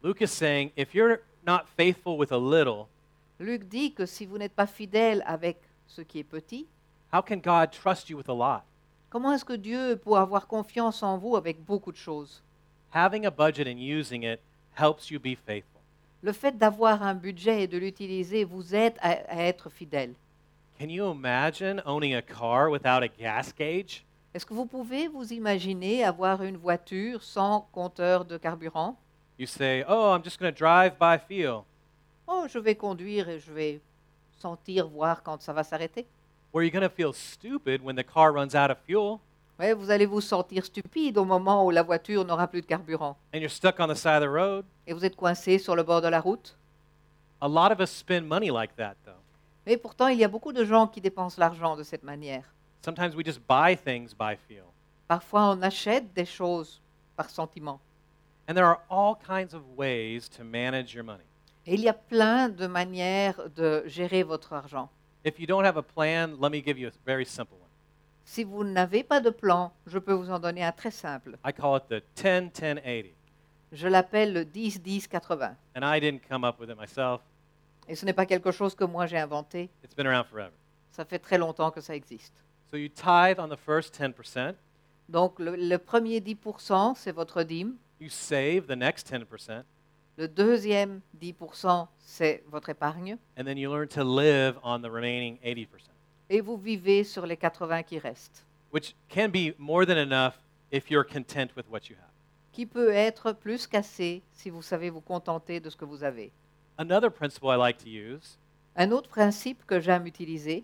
[SPEAKER 1] Luke is saying, if you're not faithful with a little,
[SPEAKER 2] Luc dit que si vous n'êtes pas fidèle avec ce qui est petit,
[SPEAKER 1] how can God trust you with a lot?
[SPEAKER 2] comment est-ce que Dieu peut avoir confiance en vous avec beaucoup de choses
[SPEAKER 1] Having a budget and using it helps you be faithful.
[SPEAKER 2] Le fait d'avoir un budget et de l'utiliser vous aide à, à être fidèle.
[SPEAKER 1] Can you imagine owning a car without a gas gauge?
[SPEAKER 2] Est-ce que vous pouvez vous imaginer avoir une voiture sans compteur de carburant
[SPEAKER 1] You say, oh, I'm just going to drive by feel.
[SPEAKER 2] Oh, je vais conduire et je vais sentir, voir quand ça va s'arrêter.
[SPEAKER 1] Well, you're going to feel stupid when the car runs out of fuel
[SPEAKER 2] Ouais, vous allez vous sentir stupide au moment où la voiture n'aura plus de carburant
[SPEAKER 1] and you're stuck on the side of the road.
[SPEAKER 2] et vous êtes coincé sur le bord de la route.
[SPEAKER 1] A lot of us spend money like that, though.
[SPEAKER 2] Mais pourtant, il y a beaucoup de gens qui dépensent l'argent de cette manière.
[SPEAKER 1] Sometimes we just buy things by feel.
[SPEAKER 2] Parfois, on achète des choses par sentiment.
[SPEAKER 1] And there are all kinds of ways to manage your money.
[SPEAKER 2] Et il y a plein de manières de gérer votre argent.
[SPEAKER 1] If you don't have a plan, let me give you a very simple one.
[SPEAKER 2] Si vous n'avez pas de plan, je peux vous en donner un très simple.
[SPEAKER 1] I call it the 10 10 80.
[SPEAKER 2] Je l'appelle le 10-10-80.
[SPEAKER 1] And I didn't come up with it myself,
[SPEAKER 2] Et ce n'est pas quelque chose que moi j'ai inventé.
[SPEAKER 1] it's been around forever.
[SPEAKER 2] Ça fait très longtemps que ça existe.
[SPEAKER 1] So you tithe on the first 10%,
[SPEAKER 2] Donc le, le premier 10%, c'est votre dîme.
[SPEAKER 1] you save the next 10%,
[SPEAKER 2] Le deuxième 10%, c'est votre épargne.
[SPEAKER 1] and then you learn to live on the remaining 80%,
[SPEAKER 2] Et vous vivez sur les 80 qui restent,
[SPEAKER 1] which can be more than enough if you're content with what you have.
[SPEAKER 2] qui peut être plus cassé si vous savez vous contenter de ce que vous avez.
[SPEAKER 1] Another principle I like to use
[SPEAKER 2] Un autre principe que j'aime utiliser,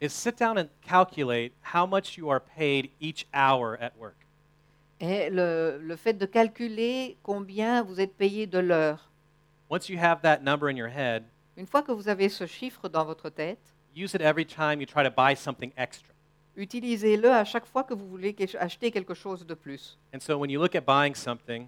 [SPEAKER 1] is sit down and calculate how much you are paid each hour at work.
[SPEAKER 2] est le, le fait de calculer combien vous êtes payé de l'heure.
[SPEAKER 1] Once you have that number in your head,
[SPEAKER 2] Une fois que vous avez ce chiffre dans votre tête,
[SPEAKER 1] use it every time you try to buy something extra.
[SPEAKER 2] utilisez-le à chaque fois que vous voulez que- acheter quelque chose de plus.
[SPEAKER 1] And so when you look at buying something,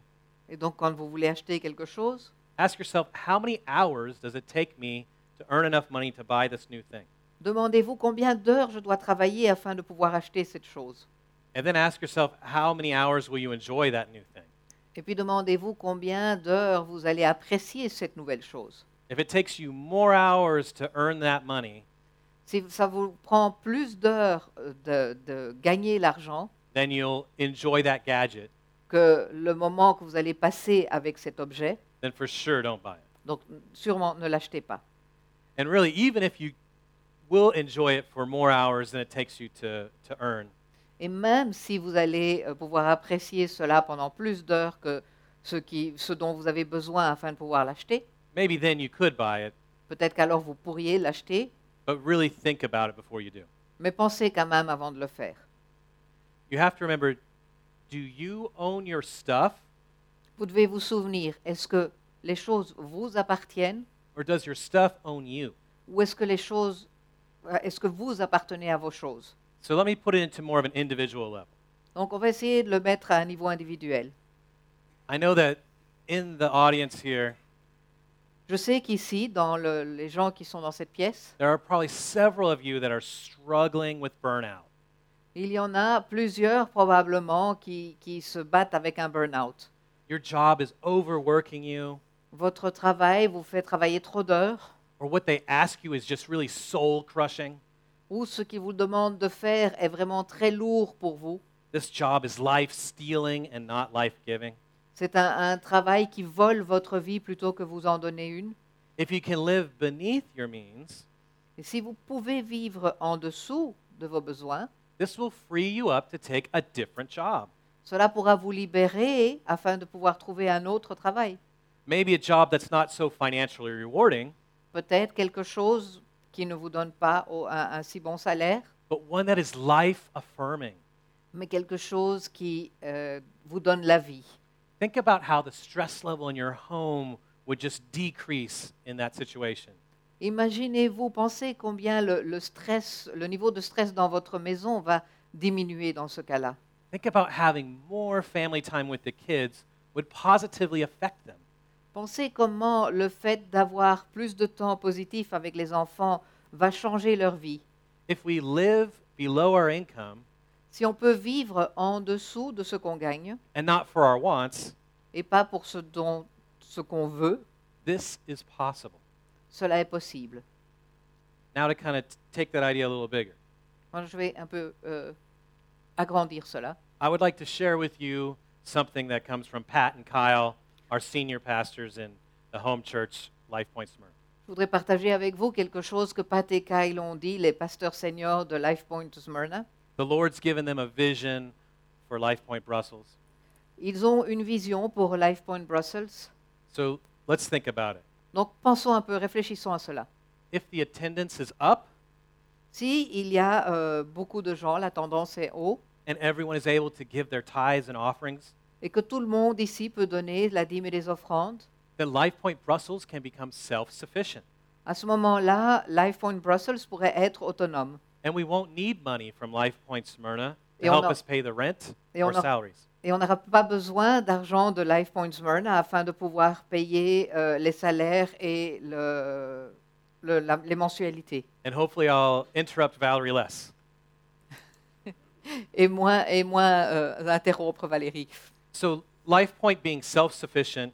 [SPEAKER 2] Et donc quand vous voulez acheter quelque chose,
[SPEAKER 1] ask yourself, how many hours does it take me to earn enough money to buy this new thing?
[SPEAKER 2] demandez-vous combien d'heures je dois travailler afin de pouvoir acheter cette chose.
[SPEAKER 1] And then ask yourself, how many hours will you enjoy that new thing?
[SPEAKER 2] Et puis demandez-vous combien d'heures vous allez apprécier cette nouvelle chose.
[SPEAKER 1] If it takes you more hours to earn that money
[SPEAKER 2] Si ça vous prend plus d'heures euh, de, de gagner l'argent
[SPEAKER 1] than you'll enjoy that gadget,
[SPEAKER 2] que le moment que vous allez passer avec cet objet,
[SPEAKER 1] then for sure don't buy it.
[SPEAKER 2] donc sûrement ne l'achetez pas.
[SPEAKER 1] And really, even if you will enjoy it for more hours than it takes you to, to earn,
[SPEAKER 2] Et même si vous allez euh, pouvoir apprécier cela pendant plus d'heures que ce, qui, ce dont vous avez besoin afin de pouvoir l'acheter,
[SPEAKER 1] maybe then you could buy it,
[SPEAKER 2] peut-être qu'alors vous pourriez l'acheter,
[SPEAKER 1] but really think about it before you do.
[SPEAKER 2] mais pensez quand même avant de le faire.
[SPEAKER 1] You have to remember do you own your stuff
[SPEAKER 2] Vous devez vous souvenir, est-ce que les choses vous appartiennent
[SPEAKER 1] or does your stuff own you?
[SPEAKER 2] ou est-ce que les choses, euh, est-ce que vous appartenez à vos choses
[SPEAKER 1] So let me put it into more of an individual level.
[SPEAKER 2] Donc on va essayer de le mettre à un niveau individuel.
[SPEAKER 1] I know that in the audience here,
[SPEAKER 2] Je sais qu'ici, dans le- les gens qui sont dans cette pièce,
[SPEAKER 1] there are probably several of you that are struggling with burnout.
[SPEAKER 2] il y en a plusieurs probablement qui, qui se battent avec un burn-out.
[SPEAKER 1] Your job is overworking you,
[SPEAKER 2] Votre travail vous fait travailler trop d'heures,
[SPEAKER 1] or what they ask you is just really soul crushing.
[SPEAKER 2] ou ce qu'ils vous demandent de faire est vraiment très lourd pour vous.
[SPEAKER 1] This job is life stealing and not life giving.
[SPEAKER 2] C'est un, un travail qui vole votre vie plutôt que vous en donner une.
[SPEAKER 1] If you can live beneath your means,
[SPEAKER 2] Et si vous pouvez vivre en dessous de vos besoins,
[SPEAKER 1] this will free you up to take a different job.
[SPEAKER 2] Cela pourra vous libérer afin de pouvoir trouver un autre travail.
[SPEAKER 1] Maybe a job that's not so financially rewarding,
[SPEAKER 2] Peut-être quelque chose qui ne vous donne pas au- un, un si bon salaire,
[SPEAKER 1] but one that is life affirming.
[SPEAKER 2] mais quelque chose qui euh, vous donne la vie.
[SPEAKER 1] Think about how the stress level in your home would just decrease in that situation.
[SPEAKER 2] Imaginez-vous, pensez combien le, le stress, le niveau de stress dans votre maison va diminuer dans ce cas-là.
[SPEAKER 1] Think about having more family time with the kids would positively affect them.
[SPEAKER 2] Pensez comment le fait d'avoir plus de temps positif avec les enfants va changer leur vie.
[SPEAKER 1] If we live below our income
[SPEAKER 2] Si on peut vivre en dessous de ce qu'on gagne
[SPEAKER 1] and not for our wants,
[SPEAKER 2] et pas pour ce dont ce qu'on veut,
[SPEAKER 1] this is possible.
[SPEAKER 2] cela est possible.
[SPEAKER 1] Now, to kind of take that idea a little bigger,
[SPEAKER 2] Moi, je vais un peu euh, agrandir cela.
[SPEAKER 1] I would like to share with you something that comes from Pat and Kyle, our senior pastors in the home church, Life Point Smyrna.
[SPEAKER 2] Je voudrais partager avec vous quelque chose que Pat et Kyle ont dit, les pasteurs seniors de Life Point Smyrna.
[SPEAKER 1] The Lord's given them a vision for Life Point Brussels.
[SPEAKER 2] Ils ont une vision pour Life Point Brussels.
[SPEAKER 1] So let's think about it.
[SPEAKER 2] Donc pensons un peu, réfléchissons à cela.
[SPEAKER 1] If the attendance is up
[SPEAKER 2] Si il y a euh, beaucoup de gens, la tendance est haut,
[SPEAKER 1] and everyone is able to give their tithes and offerings,
[SPEAKER 2] et que tout le monde ici peut donner la dîme et les offrandes,
[SPEAKER 1] then Life Point Brussels can become self sufficient.
[SPEAKER 2] à ce moment-là, Life Point Brussels pourrait être autonome.
[SPEAKER 1] And we won't need money from Life Point Smyrna to
[SPEAKER 2] Et on
[SPEAKER 1] help
[SPEAKER 2] a-
[SPEAKER 1] us pay the rent
[SPEAKER 2] Et
[SPEAKER 1] or
[SPEAKER 2] on a-
[SPEAKER 1] salaries.
[SPEAKER 2] Et on n'aura pas besoin d'argent de Life Point Smyrna afin de pouvoir payer euh, les salaires et le- le- la- les mensualités.
[SPEAKER 1] And hopefully, I'll interrupt Valerie less.
[SPEAKER 2] Et moins, et moins euh, interrompre Valérie.
[SPEAKER 1] So, Life Point being self sufficient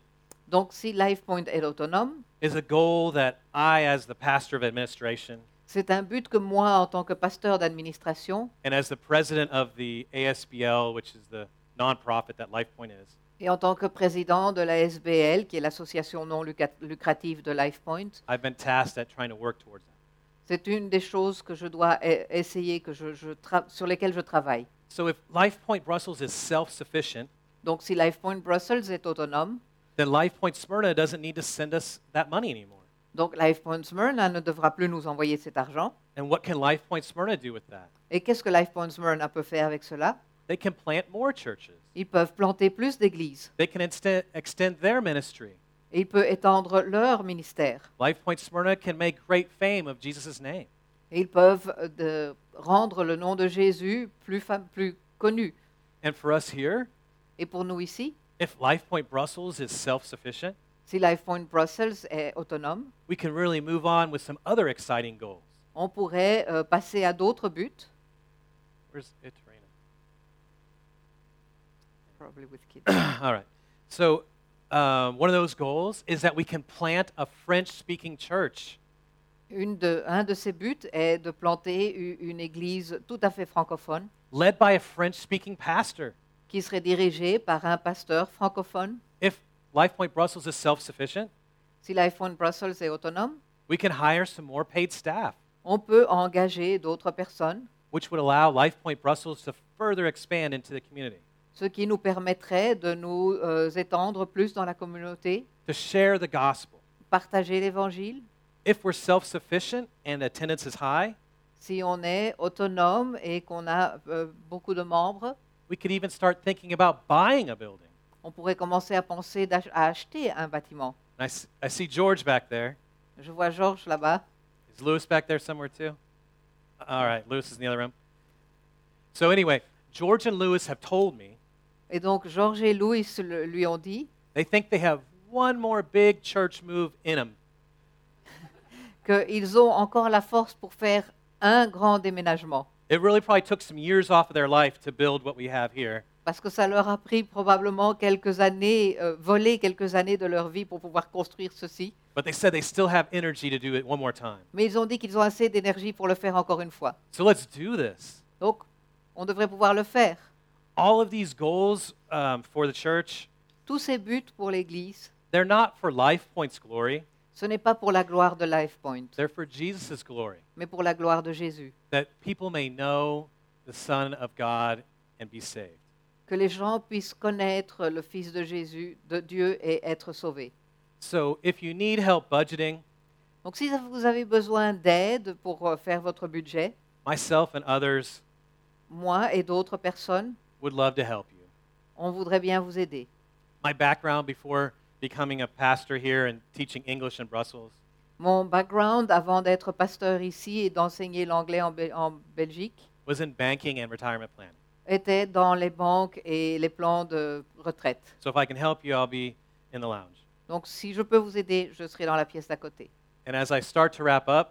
[SPEAKER 2] Donc si Life Point est autonome,
[SPEAKER 1] is a goal that I, as the pastor of administration
[SPEAKER 2] c'est un but que moi, en tant que pasteur d'administration
[SPEAKER 1] and as the president of the ASBL, which is the nonprofit that Life Point is,
[SPEAKER 2] et en tant que président de la SBL, qui est l'association non luca- lucrative de Life Point,
[SPEAKER 1] I've been tasked at trying to work towards that.
[SPEAKER 2] c'est une des choses que je dois e- essayer, que je, je tra- sur lesquelles je travaille.
[SPEAKER 1] So, if Life Point Brussels is self sufficient,
[SPEAKER 2] Donc si Life Point Brussels est autonome,
[SPEAKER 1] then Life Point Smyrna doesn't need to send us that money anymore.
[SPEAKER 2] Donc LifePoint Smyrna ne devra plus nous envoyer cet argent.
[SPEAKER 1] And what can Life Point Smyrna do with that?
[SPEAKER 2] Et qu'est-ce que LifePoint Smyrna peut faire avec cela
[SPEAKER 1] They can plant more churches.
[SPEAKER 2] Ils peuvent planter plus d'églises
[SPEAKER 1] They can insta- extend their ministry.
[SPEAKER 2] et ils peuvent étendre leur ministère.
[SPEAKER 1] Life Point Smyrna can make great fame of Jesus' name.
[SPEAKER 2] Et ils peuvent euh, de- rendre le nom de Jésus plus, fam- plus connu.
[SPEAKER 1] And for us here,
[SPEAKER 2] Et pour nous ici,
[SPEAKER 1] if Life Point Brussels is self sufficient,
[SPEAKER 2] si LifePoint Brussels est autonome,
[SPEAKER 1] we can really move on with some other exciting goals.
[SPEAKER 2] on pourrait euh, passer à d'autres buts.
[SPEAKER 1] Where's Itarina?
[SPEAKER 2] Probably with kids.
[SPEAKER 1] [CLEARS THROAT]
[SPEAKER 2] [COUGHS]
[SPEAKER 1] All right. So, um, one of those goals is that we can plant a French speaking church.
[SPEAKER 2] Une de- un de ces buts est de planter u- une église tout à fait francophone
[SPEAKER 1] led by a French speaking pastor.
[SPEAKER 2] qui serait dirigée par un pasteur francophone.
[SPEAKER 1] If LifePoint Brussels is self sufficient,
[SPEAKER 2] Si LifePoint Brussels est autonome,
[SPEAKER 1] we can hire some more paid staff,
[SPEAKER 2] on peut engager d'autres personnes,
[SPEAKER 1] which would allow LifePoint Brussels to further expand into the community,
[SPEAKER 2] ce qui nous permettrait de nous euh, étendre plus dans la communauté,
[SPEAKER 1] to share the gospel.
[SPEAKER 2] partager l'Évangile.
[SPEAKER 1] If we're self sufficient and attendance is high,
[SPEAKER 2] Si on est autonome et qu'on a euh, beaucoup de membres,
[SPEAKER 1] we could even start thinking about buying a building.
[SPEAKER 2] on pourrait commencer à penser d'ach- à acheter un bâtiment.
[SPEAKER 1] And I, s- I see George back there.
[SPEAKER 2] Je vois Georges là-bas.
[SPEAKER 1] Is Lewis back there somewhere too? All right, Lewis is in the other room. So, anyway, George and Lewis have told me
[SPEAKER 2] Et donc Georges et Louis le- lui ont dit
[SPEAKER 1] they think they have one more big church move in them
[SPEAKER 2] qu'ils ont encore la force pour faire un grand déménagement,
[SPEAKER 1] It really probably took some years off of their life to build what we have here.
[SPEAKER 2] parce que ça leur a pris probablement quelques années, euh, voler quelques années de leur vie pour pouvoir construire ceci.
[SPEAKER 1] But they said they still have energy to do it one more time.
[SPEAKER 2] Mais ils ont dit qu'ils ont assez d'énergie pour le faire encore une fois.
[SPEAKER 1] So let's do this.
[SPEAKER 2] Donc, on devrait pouvoir le faire.
[SPEAKER 1] All of these goals um, for the church,
[SPEAKER 2] Tous ces buts pour l'Église,
[SPEAKER 1] they're not for Life Point's glory,
[SPEAKER 2] ce n'est pas pour la gloire de Life Point,
[SPEAKER 1] they're for Jesus' glory,
[SPEAKER 2] mais pour la gloire de Jésus.
[SPEAKER 1] that people may know the Son of God and be saved.
[SPEAKER 2] Que les gens puissent connaître le Fils de Jésus, de Dieu, et être sauvés.
[SPEAKER 1] So if you need help budgeting,
[SPEAKER 2] Donc, si vous avez besoin d'aide pour euh, faire votre budget,
[SPEAKER 1] myself and others
[SPEAKER 2] moi et d'autres personnes,
[SPEAKER 1] would love to help you.
[SPEAKER 2] on voudrait bien vous aider.
[SPEAKER 1] My background before becoming a pastor here and teaching English in Brussels
[SPEAKER 2] Mon background avant d'être pasteur ici et d'enseigner l'anglais en, Bel- en Belgique,
[SPEAKER 1] was in banking and retirement planning.
[SPEAKER 2] étaient dans les banques et les plans de retraite.
[SPEAKER 1] So if I can help you, I'll be in the lounge.
[SPEAKER 2] Donc si je peux vous aider, je serai dans la pièce d'à côté.
[SPEAKER 1] And as I start to wrap up,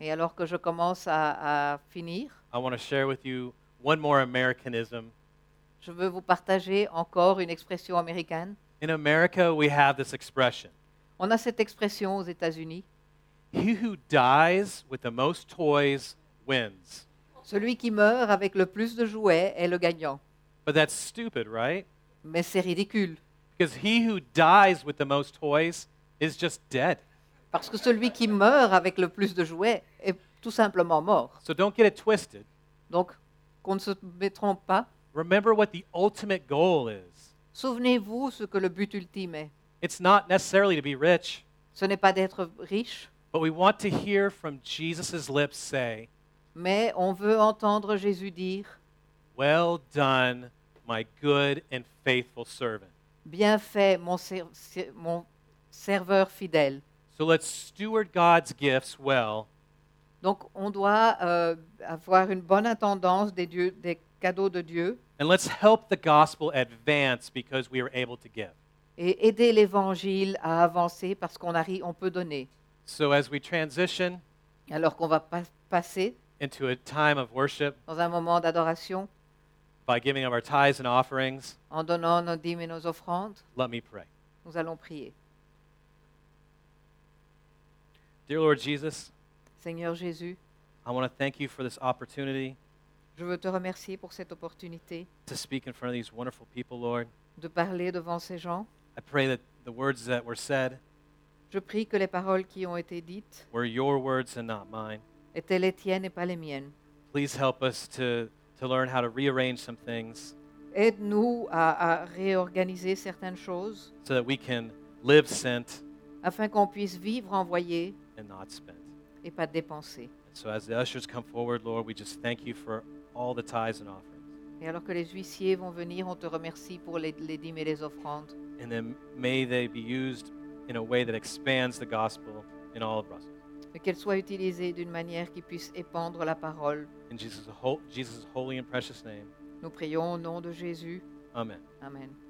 [SPEAKER 2] Et alors que je commence à, à finir,
[SPEAKER 1] I want to share with you one more Americanism.
[SPEAKER 2] je veux vous partager encore une expression américaine.
[SPEAKER 1] In America, we have this expression
[SPEAKER 2] On a cette expression aux États-Unis.
[SPEAKER 1] He who dies with the most toys wins.
[SPEAKER 2] Celui qui meurt avec le plus de jouets est le gagnant.
[SPEAKER 1] But that's stupid, right?
[SPEAKER 2] Mais c'est ridicule.
[SPEAKER 1] Because he who dies with the most toys is just dead.
[SPEAKER 2] Parce que celui qui meurt avec le plus de jouets est tout simplement mort.
[SPEAKER 1] So don't get it twisted.
[SPEAKER 2] Donc, qu'on ne se trompe pas.
[SPEAKER 1] Remember what the ultimate goal is
[SPEAKER 2] Souvenez-vous ce que le but ultime est.
[SPEAKER 1] it's not necessarily to be rich,
[SPEAKER 2] Ce n'est pas d'être riche,
[SPEAKER 1] but we want to hear from Jesus' lips say,
[SPEAKER 2] mais on veut entendre Jésus dire
[SPEAKER 1] Well done, my good and faithful servant.
[SPEAKER 2] Bien fait, mon, ser- ser- mon serveur fidèle.
[SPEAKER 1] So let's steward God's gifts well
[SPEAKER 2] Donc, on doit euh, avoir une bonne intendance des, dieux- des cadeaux de Dieu
[SPEAKER 1] and let's help the gospel advance because we are able to give.
[SPEAKER 2] et aider l'Évangile à avancer parce qu'on arrive, on peut donner.
[SPEAKER 1] So as we transition
[SPEAKER 2] Alors qu'on va pas- passer
[SPEAKER 1] into a time of worship
[SPEAKER 2] dans un moment d'adoration
[SPEAKER 1] by giving of our tithes and offerings,
[SPEAKER 2] en donnant nos dîmes et nos offrandes,
[SPEAKER 1] let me pray.
[SPEAKER 2] nous allons prier.
[SPEAKER 1] Dear Lord Jesus,
[SPEAKER 2] Seigneur Jésus,
[SPEAKER 1] I want to thank you for this opportunity
[SPEAKER 2] je veux te remercier pour cette opportunité
[SPEAKER 1] to speak in front of these wonderful people, Lord.
[SPEAKER 2] de parler devant ces gens.
[SPEAKER 1] I pray that the words that were said
[SPEAKER 2] Je prie que les paroles qui ont été dites
[SPEAKER 1] were your words and not mine.
[SPEAKER 2] étaient les tiennes et pas les miennes.
[SPEAKER 1] Please help us to, to learn how to rearrange some things
[SPEAKER 2] Aide-nous à, à réorganiser certaines choses
[SPEAKER 1] so that we can live sent
[SPEAKER 2] afin qu'on puisse vivre envoyé
[SPEAKER 1] and not spent. And
[SPEAKER 2] et pas dépensé.
[SPEAKER 1] so as the ushers come forward, Lord, we just thank you for all the tithes and offerings.
[SPEAKER 2] Et alors que les huissiers vont venir, on te remercie pour les, les dîmes et les offrandes.
[SPEAKER 1] And then may they be used in a way that expands the gospel in all of Brussels.
[SPEAKER 2] Et qu'elles soient utilisées d'une manière qui puisse épandre la parole.
[SPEAKER 1] In Jesus' ho- Jesus' holy and precious name,
[SPEAKER 2] Nous prions au nom de Jésus.
[SPEAKER 1] amen.
[SPEAKER 2] Amen.